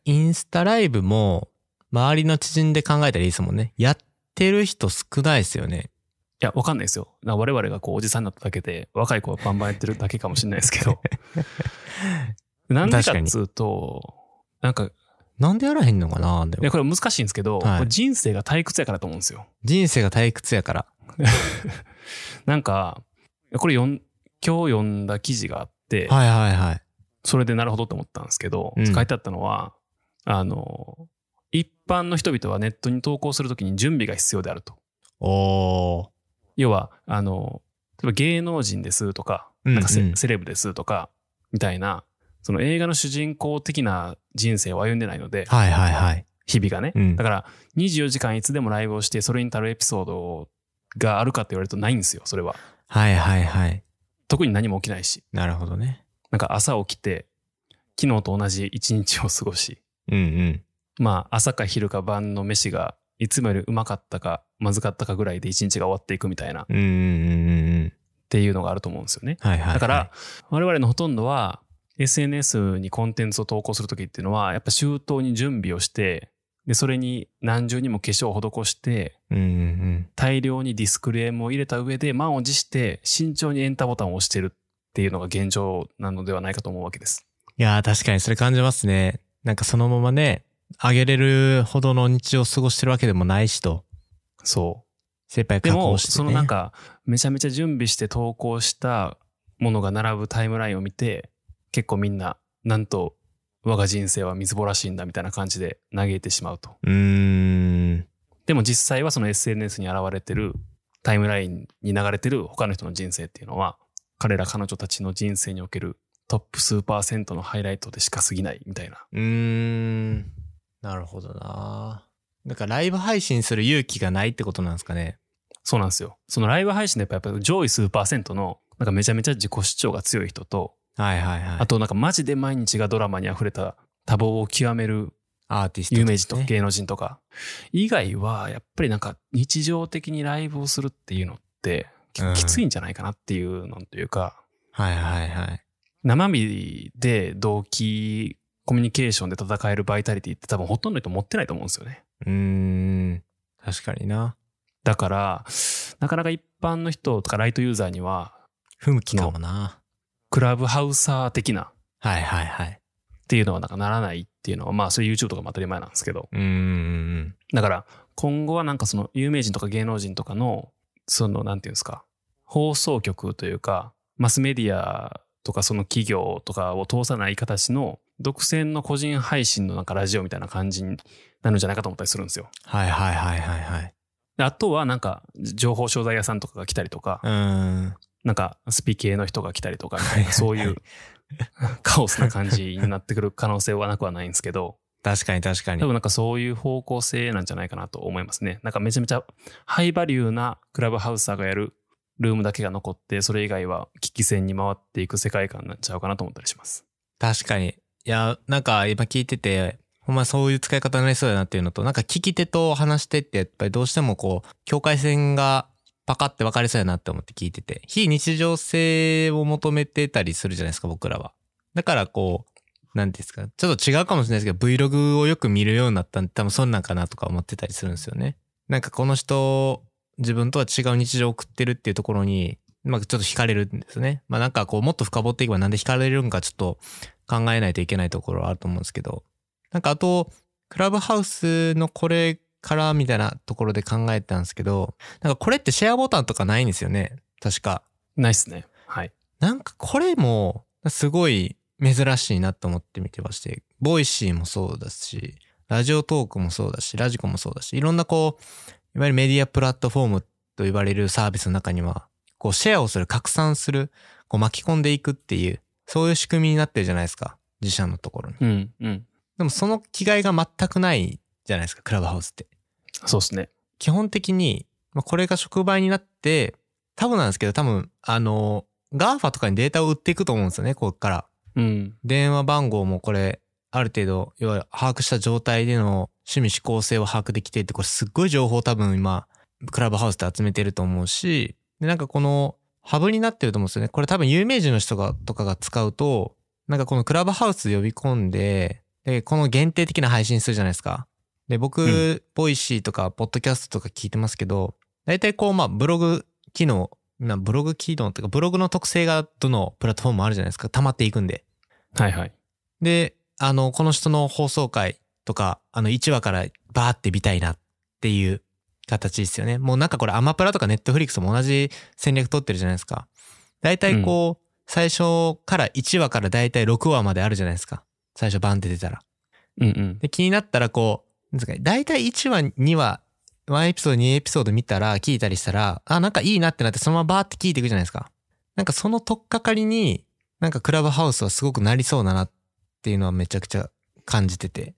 C: インスタライブも、周りの知人で考えたらいいですもんね。やってる人少ないですよね。
B: いや、わかんないですよ。なんか我々がこうおじさんになっただけで、若い子はバンバンやってるだけかもしれないですけ ど。なんでかっつうと、なんか、
C: なんでやらへんのかなで
B: いや
C: も
B: これ難しいんですけど、
C: はい
B: これ人生が退屈やからと思うんですよ。
C: 人生が退屈やから。
B: なんか、これ読ん今日読んだ記事があって、
C: はいはいはい。
B: それでなるほどと思ったんですけど、
C: うん
B: 書いてあったのは、あの、一般の人々はネットに投稿するときに準備が必要であると。
C: おー。
B: 要は、あの、例えば芸能人ですとか、
C: うん
B: なんかセ,、
C: うん
B: セレブですとか、みたいな、その映画の主人公的な人生を歩んでないので、
C: はいはいはい。
B: 日々がね。
C: うん
B: だから、24時間いつでもライブをして、それに足るエピソードがあるかって言われるとないんですよ、それは。
C: はいはいはい。
B: 特に何も起きないし。
C: なるほどね。
B: なんか朝起きて、昨日と同じ一日を過ごし、
C: うんうん。
B: まあ朝か昼か晩の飯がいつもよりうまかったかまずかったかぐらいで一日が終わっていくみたいなっ
C: うんうんうんうん。
B: ていうのがあると思うんですよね。
C: はいはい、はい。
B: だから、我々のほとんどは SNS にコンテンツを投稿するときっていうのはやっぱ周到に準備をしてでそれに何重にも化粧を施して
C: うんうんうん。
B: 大量にディスクレームを入れた上で満を持して慎重にエンターボタンを押してるっていうのが現状なのではないかと思うわけです。
C: いやー確かにそれ感じますね。なんかそのままね、あげれるほどの日を過ごしてるわけでもないしと、
B: そう
C: 精一杯
B: で
C: 確保
B: も、
C: して、ね。
B: そのなんか、めちゃめちゃ準備して投稿したものが並ぶタイムラインを見て、結構みんな、なんと、我が人生はみずぼらしいんだみたいな感じで嘆いてしまうと。
C: うーん。
B: でも実際はその SNS に現れてる、タイムラインに流れてる他の人の人生っていうのは、彼ら彼女たちの人生におけるトップ数パーセントのハイライトでしか過ぎないみたいな。
C: うーん。なるほどな。なんかライブ配信する勇気がないってことなんですかね。
B: そうなんですよ。そのライブ配信でやっぱやっぱ上位数パーセントの、なんかめちゃめちゃ自己主張が強い人と、
C: はいはいはい。
B: あとなんかマジで毎日がドラマに溢れた多忙を極める
C: アーティスト、
B: 有名人とか
C: ね。
B: 芸能人とか以外はやっぱりなんか日常的にライブをするっていうのってき
C: うん
B: きついんじゃないかなっていうのというか
C: はいはいはい。
B: 生身で動機コミュニケーションで戦えるバイタリティって多分ほとんどの人持ってないと思うんですよね。
C: うーん。確かにな。
B: だからなかなか一般の人とかライトユーザーには
C: 不向きかもな。
B: クラブハウサー的な
C: はいはいはい。
B: っていうのはなんかならないっていうのはまあそれ YouTube とかも当たり前なんですけど
C: うーん。
B: だから今後はなんかその有名人とか芸能人とかのそのなんていうんですか放送局というかマスメディアとかその企業とかを通さない形の独占の個人配信のなんかラジオみたいな感じになるんじゃないかと思ったりするんですよ。
C: はいはいはいはいはい。
B: であとはなんか情報商材屋さんとかが来たりとか
C: う、ーん。
B: なんかスピ系の人が来たりとかみた
C: はいい
B: な
C: はい
B: そういうカオスな感じになってくる可能性はなくはないんですけど、
C: 確かに確かに
B: 多。分なんかそういう方向性なんじゃないかなと思いますね。なんかめちゃめちゃハイバリューなクラブハウサーがやるルームだけが残って、それ以外は危機戦に回っていく世界観になっちゃうかなと思ったりします。
C: 確かに。いや、なんか今聞いてて、ほんまそういう使い方になりそうだなっていうのと、なんか聞き手と話し手ってやっぱりどうしてもこう、境界線がパカって分かりそうやなって思って聞いてて、非日常性を求めてたりするじゃないですか、僕らは。だからこう、なんていうんですか、ちょっと違うかもしれないですけど、Vlog をよく見るようになったんで、多分そんなんかなとか思ってたりするんですよね。なんかこの人、自分とは違う日常を送ってるっていうところに、まあちょっと惹かれるんですね。まあなんかこう、もっと深掘っていけばなんで惹かれるんかちょっと考えないといけないところはあると思うんですけど、なんかあと、クラブハウスのこれからみたいなところで考えたんですけど、なんかこれってシェアボタンとかないんですよね。確か。
B: ないっすね。はい。
C: なんかこれも、すごい珍しいなと思って見てまして、ボイシーもそうだし、ラジオトークもそうだし、ラジコもそうだし、いろんなこう、いわゆるメディアプラットフォームと言われるサービスの中には、こうシェアをする、拡散する、こう巻き込んでいくっていう、そういう仕組みになってるじゃないですか。自社のところに。
B: うん、うん。
C: でもその気概が全くないじゃないですか、クラブハウスって。
B: そうっすね。
C: 基本的に、まあ、これが触媒になって、多分なんですけど、多分、あの、GAFA とかにデータを売っていくと思うんですよね、ここから。
B: うん。
C: 電話番号もこれ、ある程度、要は把握した状態での趣味思考性を把握できてって、これすっごい情報を多分今、クラブハウスで集めてると思うし、で、なんかこの、ハブになってると思うんですよね。これ多分有名人の人が、とかが使うと、なんかこのクラブハウス呼び込んで、で、この限定的な配信するじゃないですか。で、僕、
B: うん
C: ボイシーとか、ポッドキャストとか聞いてますけど、大体こう、まあ、ブログ機能、なブログ機能というか、ブログの特性がどのプラットフォームもあるじゃないですか。溜まっていくんで。
B: はいはい。
C: で、あの、この人の放送回とか、あの、1話からバーって見たいなっていう形ですよね。もうなんかこれアマプラとかネットフリックスも同じ戦略取ってるじゃないですか。だいたいこう、最初から1話からだいたい6話まであるじゃないですか。最初バンって出たら。
B: うんうん。
C: で、気になったらこう、なんですかね、だいたい1話、2話、1エピソード、2エピソード見たら、聞いたりしたら、あ、なんかいいなってなって、そのままバーって聞いていくじゃないですか。なんかその取っかかりに、なんかクラブハウスはすごくなりそうだなっていうのはめちゃくちゃ感じてて。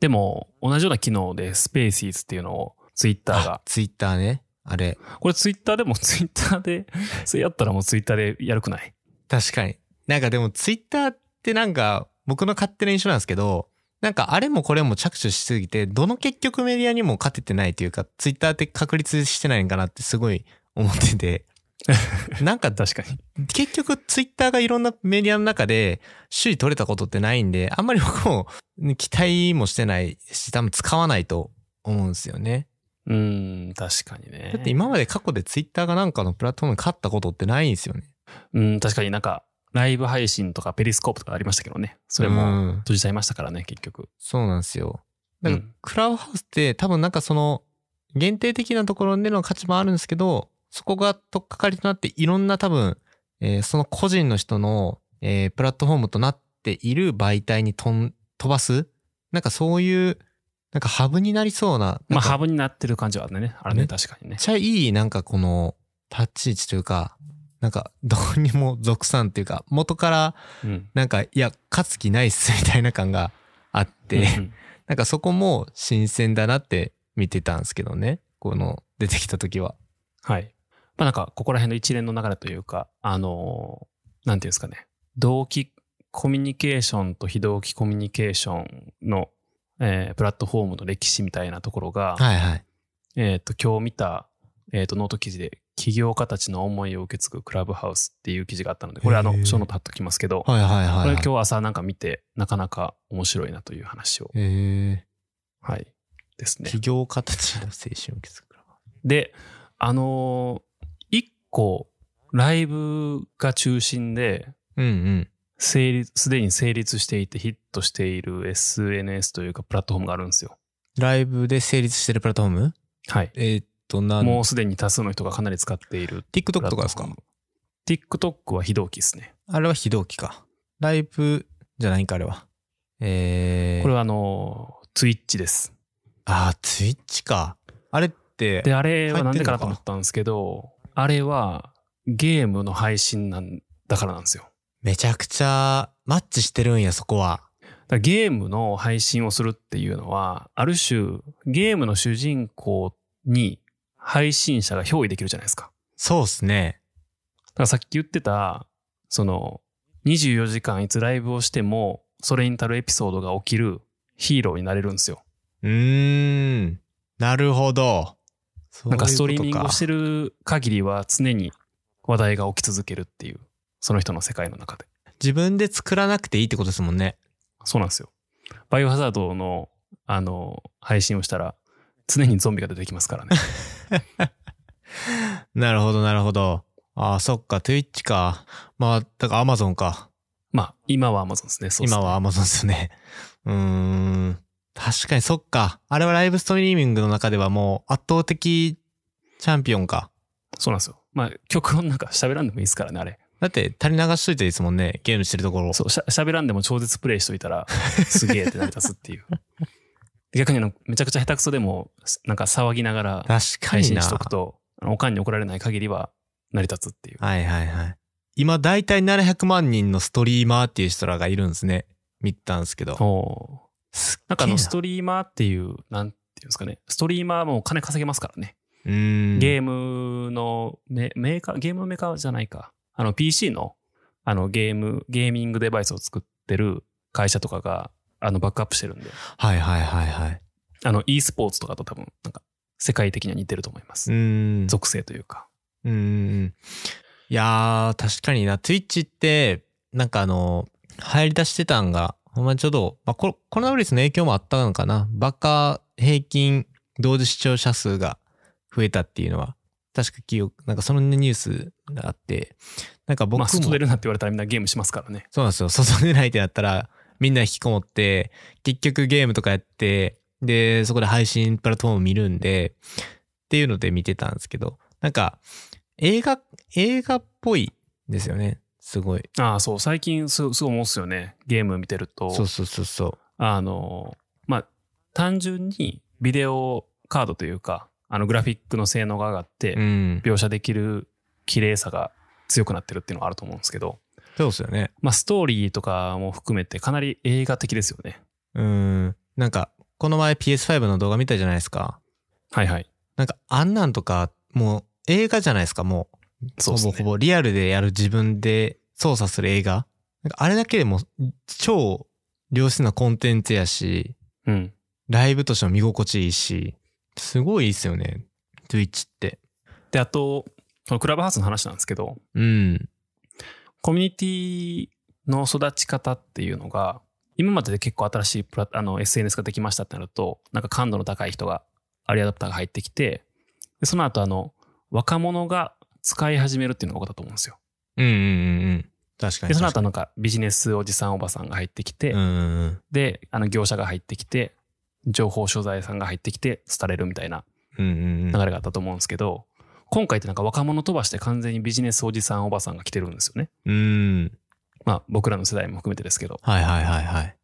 B: でも、同じような機能でスペーシーズっていうのをツイッターが
C: あ、ツイッターね。あれ。
B: これツイッターでも ツイッターで、それやったらもうツイッターでやるくない
C: 確かに。なんかでもツイッターってなんか、僕の勝手な印象なんですけど、なんかあれもこれも着手しすぎて、どの結局メディアにも勝ててないというか、ツイッターって確立してないんかなってすごい思っ てて。なんか
B: 確かに。
C: 結局ツイッターがいろんなメディアの中で首位取れたことってないんで、あんまり僕もね期待もしてないし、多分使わないと思うんですよね。
B: うーん、確かにね。
C: だって今まで過去でツイッターがなんかのプラットフォームに勝ったことってないんですよね。
B: うん、確かになんか、ライブ配信とかペリスコープとかありましたけどね。それも
C: うん
B: 閉じちゃいましたからね、結局。
C: そうなんですよ。だから
B: うん
C: クラブハウスって多分なんかその限定的なところでの価値もあるんですけど、そこがとっかかりとなっていろんな多分、えーその個人の人の、えープラットフォームとなっている媒体に飛ん飛ばす、なんかそういう、なんかハブになりそうな、
B: まあ、
C: なんか
B: ハブになってる感じはあるね。あれね、
C: ね
B: 確かにね
C: めっ。ちゃいいなんかこの立ち位置というか、なんかどこにも属さんっていうか、元から
B: うん。
C: なんかいや、勝つ気ないっすみたいな感があって、
B: うん
C: なんかそこも新鮮だなって見てたんですけどね。この出てきた時は。
B: はい。まあ、なんか、ここら辺の一連の流れというか、あのーなんていうんですかね。同期コミュニケーションと非同期コミュニケーションの、えープラットフォームの歴史みたいなところが、
C: はいはい。
B: えっ、と、今日見た、えっ、と、ノート記事で、起業家たちの思いを受け継ぐクラブハウスっていう記事があったので、これあ
C: へ
B: の、
C: ー
B: 書のタッときますけど、
C: はいはい
B: こ
C: はい、
B: れ
C: はい。
B: 今日朝なんか見て、なかなか面白いなという話を、
C: え
B: はい、ですね
C: ー、企。業家たちの青春を受け継ぐから。
B: で、あのー一個、ライブが中心で、
C: うんうん。
B: 成立、すでに成立していてヒットしている SNS というかプラットフォームがあるんですよ。
C: ライブで成立してるプラットフォーム
B: はい。
C: えーっと、なん
B: もうすでに多数の人がかなり使っている。
C: TikTok とかですか
B: ?TikTok は非同期ですね。
C: あれは非同期か。ライブじゃないんか、あれは。えー、
B: これはあのー、Twitch です。
C: あー、ツイッチか。あれって、
B: で、あれは
C: 入
B: なん
C: ってん
B: で
C: の
B: かな
C: かな
B: と思ったんですけど、あれはゲームの配信なんだからなんですよ。
C: めちゃくちゃマッチしてるんや、そこは。
B: だからゲームの配信をするっていうのは、ある種、ゲームの主人公に配信者が憑依できるじゃないですか。
C: そうっすね。
B: だからさっき言ってた、その、24時間いつライブをしても、それに足るエピソードが起きるヒーローになれるんですよ。
C: うーん。なるほど。
B: なんかストリーミングをして
C: る。
B: る限りは常に話題が起き続けるっていう、その人の世界の中で。
C: 自分で作らなくていいってことですもんね。
B: そうなんですよ。バイオハザードの、あの、配信をしたら、常にゾンビが出てきますからね。
C: なるほど、なるほど。ああ、そっか、Twitch か。まあ、だから Amazon か。
B: まあ、今は Amazon ですね。そうっすね
C: 今は Amazon ですよね。 うーん。確かにそっか。あれはライブストリーミングの中ではもう圧倒的チャンピオンか。
B: そうなんですよ。まあ、極論なんか喋らんでもいいですからね、あれ。
C: だって垂れ流しといていいですもんね。ゲームしてるところ。
B: そう、しゃ喋らんでも超絶プレイしといたら、 すげえって成り立つっていう。逆にあの、めちゃくちゃ下手くそでも、なんか騒ぎながら
C: 確か
B: 配
C: に
B: 信
C: な。
B: しとくと、あのおかんに怒られない限りは成り立つっていう。
C: はいはいはい。今大体700万人のストリーマーっていう人らがいるんですね。見たんですけど。
B: おー
C: すっ
B: なんかあ
C: げえ
B: の、ストリーマーっていう、なんていうんですかね、ストリーマーも金稼げますからね。
C: うーん。
B: ゲームのメメーカー、ゲームメーカーじゃないか。あの、PC の、あの、ゲーム、ゲーミングデバイスを作ってる会社とかが、あの、バックアップしてるんで、
C: はいはいはいはい。
B: あの、e スポーツとかと多分、なんか、世界的には似てると思いま
C: う
B: す。
C: ーん。
B: 属性というか。
C: うーん。いやー、確かにな。Twitch って、なんかあの、入り出してたんが、ほんまにちょうど、まあコロ、コロナウイルスの影響もあったのかな。バカ平均同時視聴者数が増えたっていうのは、確か記憶、なんかそのニュースがあって、なんか僕
B: ま
C: も、
B: あ、外出るなって言われたらみんなゲームしますからね。
C: そうなんですよ。 外出ないってなったら、みんな引きこもって、結局ゲームとかやって、で、そこで配信プラットフォーム見るんで、っていうので見てたんですけど、なんか、映画、映画っぽいですよね。すごい。
B: ああ、そう、最近す、すごい思うっすよね。ゲーム見てると。
C: そうそうそうそ
B: あの、まあ、単純にビデオカードというか、あのグラフィックの性能が上がって、
C: う。うん。
B: 描写できる綺麗さが強くなってるっていうのはあると思うんですけど、
C: そうですよね。
B: まあ、ストーリーとかも含めてかなり映画的ですよね。
C: うん。なんか、この前 PS5 の動画見たじゃないですか。
B: はいはい。
C: なんか、あんなんとか、もう映画じゃないですか、もう。
B: そうです
C: ほ
B: ね
C: ぼほぼリアルでやる自分で操作する映画なんかあれだけでも超良質なコンテンツやし、
B: うん。
C: ライブとしても見心地いいし、すごいいいっすよね。Twitch って。
B: で、あと、このクラブハウスの話なんですけど、
C: うん。
B: コミュニティの育ち方っていうのが、今までで結構新しいプラあの SNS ができましたってなると、なんか感度の高い人が、アリアダプターが入ってきて、でその後あの、若者が使い始めるっていうのが多かったと思うんですよ。
C: うんうんうんうん。確か
B: で、
C: に
B: その後
C: 確か
B: は
C: に。
B: なんかビジネスおじさんおばさんが入ってきて、
C: うんうんうん。
B: で、あの業者が入ってきて、情報所在さんが入ってきて、廃れるみたいな
C: うんうん
B: 流
C: うん。
B: れがあったと思うんですけど、今回ってなんか若者飛ばして完全にビジネスおじさんおばさんが来てるんですよね。
C: うん。
B: まあ僕らの世代も含めてですけど。
C: はいはいはいはい。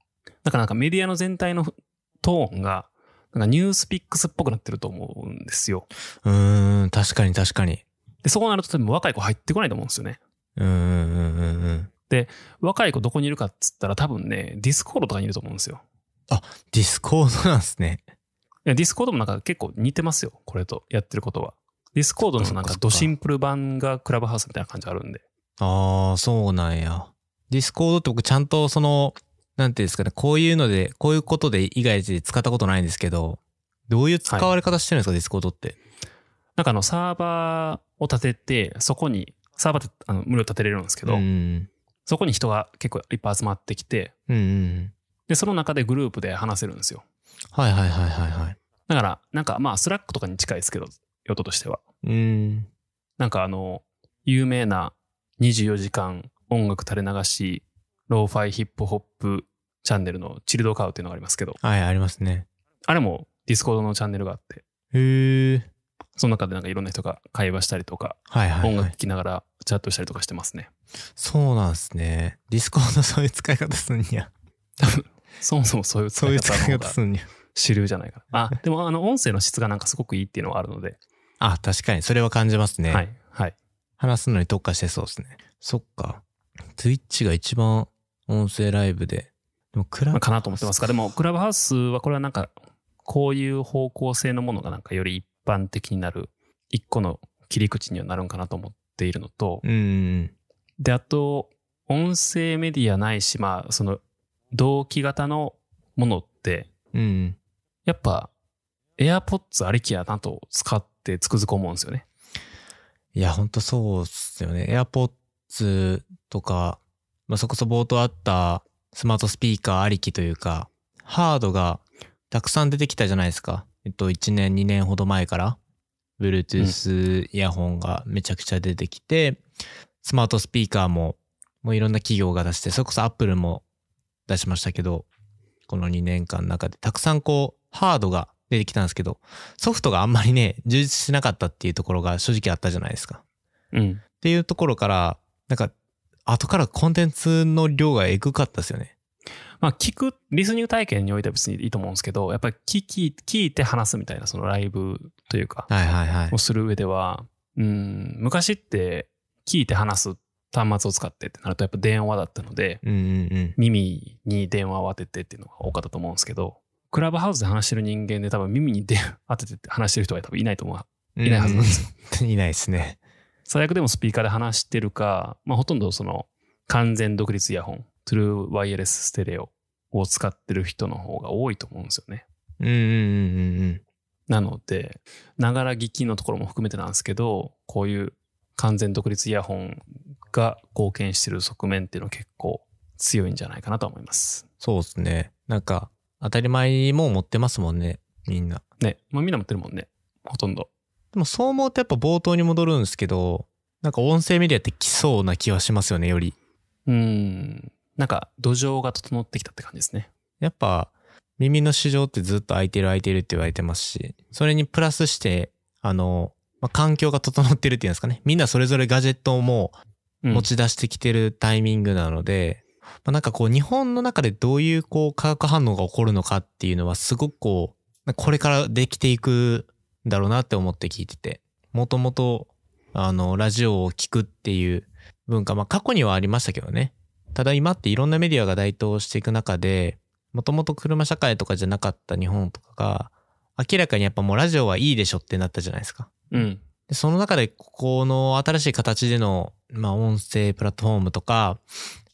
B: だからなんかメディアの全体のトーンが、なんかニュースピックスっぽくなってると思うんですよ。
C: うーん。確かに確かに。
B: で、そうなると多分若い子入ってこないと思うんですよね。
C: うんうんうんうんうん。
B: 若い子どこにいるかっつったら多分ね、ディスコードとかにいると思うんですよ。
C: ディスコードなんすね。
B: いや、ディスコードもなんか結構似てますよ。これとやってることは。ディスコードのなんかドシンプル版がクラブハウスみたいな感じあるんで。
C: ああ、そうなんや。ディスコードって僕ちゃんとその、なんていうんですかね、こういうので、こういうことで以外で使ったことないんですけど、どういう使われ方してるんですか、ディスコードって。
B: なんかあのサーバーを立てて、そこに、サーバーってあの無料立てれるんですけど、
C: うん。
B: そこに人が結構いっぱい集まってきて、
C: うんうん。
B: で、その中でグループで話せるんですよ。
C: はいはいはいはいはい。
B: だから、なんかまあ、スラックとかに近いですけど、用途としては。
C: うん。
B: なんかあの、有名な24時間音楽垂れ流し、ローファイヒップホップチャンネルのチルドカウっていうのがありますけど、
C: はい、ありますね。
B: あれもディスコードのチャンネルがあって、
C: へえ。
B: その中でなんかいろんな人が会話したりとか、
C: はいはい、
B: 音
C: は
B: 楽
C: い
B: 聴。きながらチャットしたりとかしてますね。
C: そうなんですね。ディスコードそういう使い方すんにゃ。
B: そもそもそういう使
C: そう
B: い
C: いう
B: 方の
C: 使い
B: 方
C: 方
B: が
C: すんにゃ。
B: 主流じゃないかな。あ、でもあの音声の質がなんかすごくいいっていうのはあるので、
C: あ、確かに。それは感じますね。
B: はい、はい。
C: 話すのに特化してそうですね。そっか。Twitch が一番音声ライブで。でもクラ
B: まあ、かなと思ってますが、でもクラブハウスはこれはなんか、こういう方向性のものがなんかより一般的になる一個の切り口にはなるんかなと思っているのと、
C: うんうん
B: で、あと、音声メディアないし、まあ、その、同期型のものって、
C: うん。うん。
B: やっぱ、AirPods ありきやなと使ってつくづく思うんですよね。
C: いや、ほんとそうっすよね。AirPods とか、まあ、それこそ冒頭あったスマートスピーカーありきというか、ハードがたくさん出てきたじゃないですか。えっと、1年、2年ほど前から、Bluetooth イヤホンがめちゃくちゃ出てきて、スマートスピーカーも、もういろんな企業が出して、それこそ Apple も出しましたけど、この2年間の中で、たくさんこう、ハードが出てきたんですけど、ソフトがあんまりね、充実しなかったっていうところが正直あったじゃないですか。
B: うん。
C: ていうところから、なんか、後からコンテンツの量がエグかったですよね。
B: まあ聞く、リスニング体験においては別にいいと思うんですけど、やっぱり聞き、聞いて話すみたいな、そのライブというか、
C: はいはいはい
B: を。する上では、うん、昔って聞いて話す端末を使ってってなるとやっぱ電話だったので、
C: うんうん
B: 耳に電話を当ててっていうのが多かったと思うんですけど、クラブハウスで話してる人間で多分耳に電話当ててって話してる人は多分いないと思う。
C: うん。
B: いないはずなんですよ。
C: うん。いないですね。
B: 最悪でもスピーカーで話してるか、まあほとんどその完全独立イヤホン、トゥルーワイヤレスステレオを使ってる人の方が多いと思うんですよね。
C: うんうんうんうん
B: なので、ながら聞きのところも含めてなんですけど、こういう完全独立イヤホンが貢献してる側面っていうのは結構強いんじゃないかなと思います。
C: そうですね。なんか、当たり前にもう持ってますもんね、みんな。
B: ね。まあみんな持ってるもんね。ほとんど。
C: でもそう思うとやっぱ冒頭に戻るんですけど、なんか音声メディアって来そうな気はしますよね、より。
B: うーん。なんか土壌が整ってきたって感じですね。
C: やっぱ耳の市場ってずっと空いてる空いてるって言われてますし、それにプラスして、あの、まあ、環境が整ってるっていうんですかね。みんなそれぞれガジェットをも
B: う
C: うん持ち出してきてるタイミングなので、まあ、なんかこう日本の中でどういうこう化学反応が起こるのかっていうのはすごくこう、これからできていくんだろうなって思って聞いてて、もともとあの、ラジオを聞くっていう文化、まあ過去にはありましたけどね。ただ今っていろんなメディアが台頭していく中で、もともと車社会とかじゃなかった日本とかが、明らかにやっぱもうラジオはいいでしょってなったじゃないですか。
B: うん。
C: でその中で、ここの新しい形での、まあ、音声プラットフォームとか、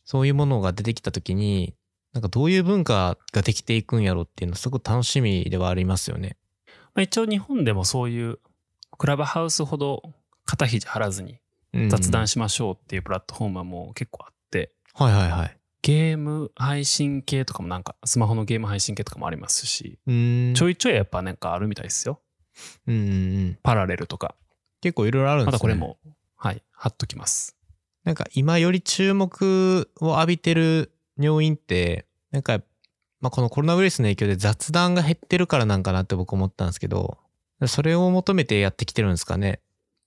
C: そういうものが出てきたときに、なんかどういう文化ができていくんやろっていうの、すごく楽しみではありますよね。
B: まあ、一応日本でもそういうクラブハウスほど肩肘張らずに
C: うん
B: 雑談しましょうっていうプラットフォームはもう結構あって、
C: はいはいはい。
B: ゲーム配信系とかもなんか、スマホのゲーム配信系とかもありますし、
C: うーん。
B: ちょ
C: い。
B: いちょいやっぱなんかあるみたいですよ。
C: うんうんうん。
B: パラレルとか。
C: 結構いろいろあるんです
B: ま
C: ね。
B: たこれも、はい、貼っときます。
C: なんか今より注目を浴びてる要因って、なんか、まあ、このコロナウイルスの影響で雑談が減ってるからなんかなって僕思ったんですけど、それを求めてやってきてるんですかね。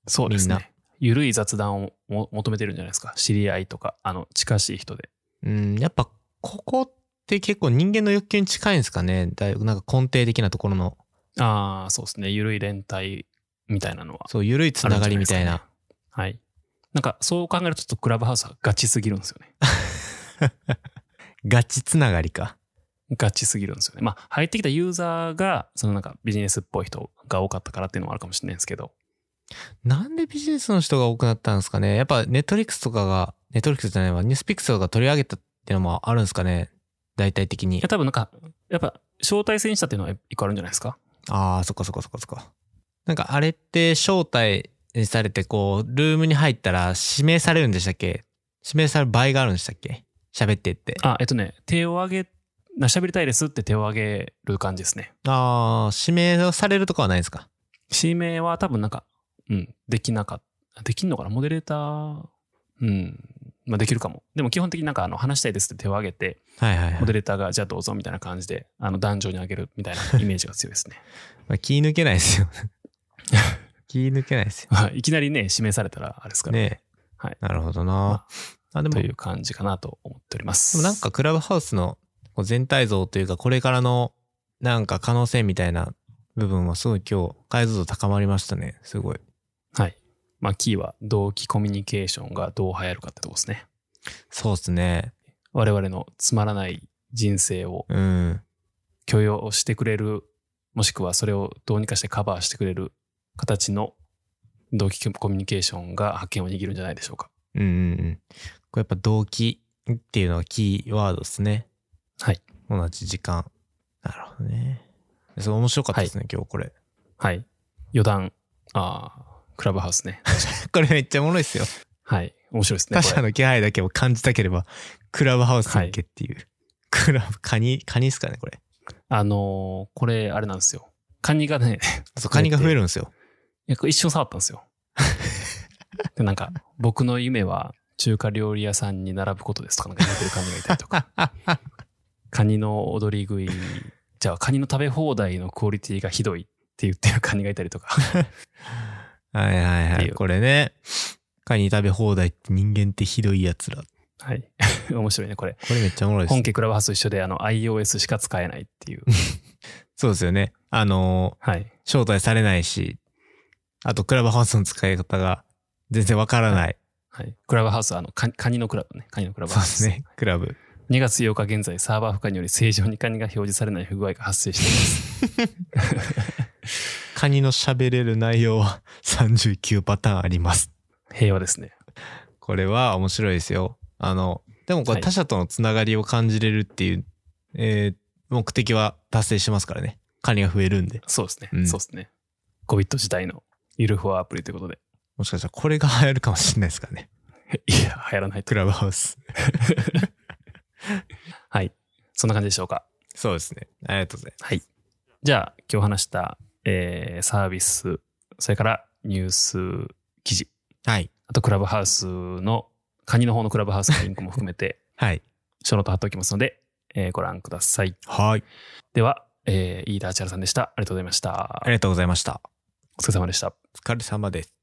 B: そうです
C: みん
B: ね。ゆるい雑談をも求めてるんじゃないですか。知り合いとか、あの、近しい人で。
C: うん、やっぱここって結構人間の欲求に近いんですかね。だいぶなんか根底的なところの、
B: ああ、そうですね。ゆるい連帯みたいなのは。
C: そう、ゆるいつながりみたいな。
B: あるんじゃですかね。はい。なんか、そう考えるとちょっとクラブハウスはガチすぎるんですよね。
C: ガチつながりか。
B: ガチすぎるんですよね。まあ、入ってきたユーザーが、そのなんかビジネスっぽい人が多かったからっていうのもあるかもしれないですけど。
C: なんでビジネスの人が多くなったんですかね。やっぱネットフリックスとかが、ネットフリックスじゃないわ、ニュースピックスとかが取り上げたっていうのもあるんですかね。大体的
B: い
C: に
B: や、。多分なんか、やっぱ、招待制にしたっていうのは一個あるんじゃないですか。
C: ああ、そっかそっかそっかそっか。なんかあれって招待されてこう、ルームに入ったら指名されるんでしたっけ指名される場合があるんでしたっけ喋ってって。
B: あ、えっとね、手を挙げ、なしゃべりたいですって手を挙げる感じですね。
C: ああ、指名をされるとかはないですか
B: 指名は多分なんか、うん、できなかった。できんのかなモデレーター、うん、まあできるかも。でも基本的になんかあの話したいですって手を挙げて、
C: はいはい、はい
B: モデレーターがじゃあどうぞみたいな感じで、あの壇上に上げるみたい なイメージが強いですね。
C: まあ。気抜けないで すよ。気抜けないですよ。
B: はいいきなりね、指名されたらあれですから。
C: ねえ。
B: はい
C: なるほどな。
B: ま
C: あ、でも
B: という感じかなと思っております。
C: でもなんかクラブハウスのこう全体像というかこれからのなんか可能性みたいな部分はすごい今日解像度高まりましたね。すごい。
B: はい。まあ、キーは同期コミュニケーションがどう流行るかってとこですね。
C: そうですね。
B: 我々のつまらない人生を
C: うん。
B: 許容してくれる、もしくはそれをどうにかしてカバーしてくれる形の同期コミュニケーションが発見を握るんじゃないでしょうか。
C: うんうんうん。これやっぱ動機っていうのがキーワードですね。
B: はい。
C: 同じ時間。なるほどね。そう面白かったですね、今日これ。
B: はい。余談、あークラブハウスね。
C: これめっちゃおもろいっすよ。
B: はい。面白いですね。
C: 他
B: こ
C: 者
B: れ
C: の気配だけを感じたければ、クラブハウスに行けっていう。クラブ、カニ、カニっすかね、これ。
B: あのーこれ、あれなんですよ。カニがね、
C: そう、カニが増えるんですよ。
B: いやこれ一瞬触ったんですよ。 でなんか、僕の夢は中華料理屋さんに並ぶことですとか、なんか言ってるカニがいたりと か。カニの踊り食い、じゃあカニの食べ放題のクオリティがひどいって言ってるカニがいたりとか。
C: はいはいは
B: ってい
C: い。
B: う
C: これね。カニ食べ放題って人間ってひどいやつら。こ
B: はい。 面白いね、これ。
C: れめっちゃおもろいです
B: 本。家クラブハウスと一緒で、あの、iOS しか使えないっていう。
C: そうですよね。あの
B: はい。
C: ー、招待されないし、あとクラブハウスの使い方が全然わからない。
B: はい。クラブハウスは、あの、カニカニのクラブね。カニのクラブ
C: そう
B: ハウ
C: で
B: ス。
C: すね。クラブ。
B: 2月8日現在、サーバー負荷により正常にカニが表示されない不具合が発生してい ます。
C: カニの喋れる内容は39パターンあります。
B: 平和ですね。
C: これは面白いですよ。あの、でもこ
B: は
C: れ
B: い
C: 他者とのつながりを感じれるっていう、えー目的は達成しますからね。カニが増えるんで。
B: そうですね。
C: うん
B: そうですね。ゴビット自体のゆるふわアプリということで。
C: もしかしたらこれが流行るかもしれないですからね。
B: いや、流行らないと
C: ク。ラブハウス。
B: はい。そんな感じでしょうか。
C: そうですね。ありがとうございます。
B: はい。じゃあ、今日話した、えーサービス、それからニュース記事、
C: はい。
B: あとクラブハウスの、カニの方のクラブハウスのリンクも含めて、
C: はい。
B: 書のと貼っておきますので、えーご覧ください。
C: はい。
B: では、えー、飯田千原さんでした。ありがとうございました
C: あ。りがとうございました。
B: お疲れ様でした。
C: お疲れ様です。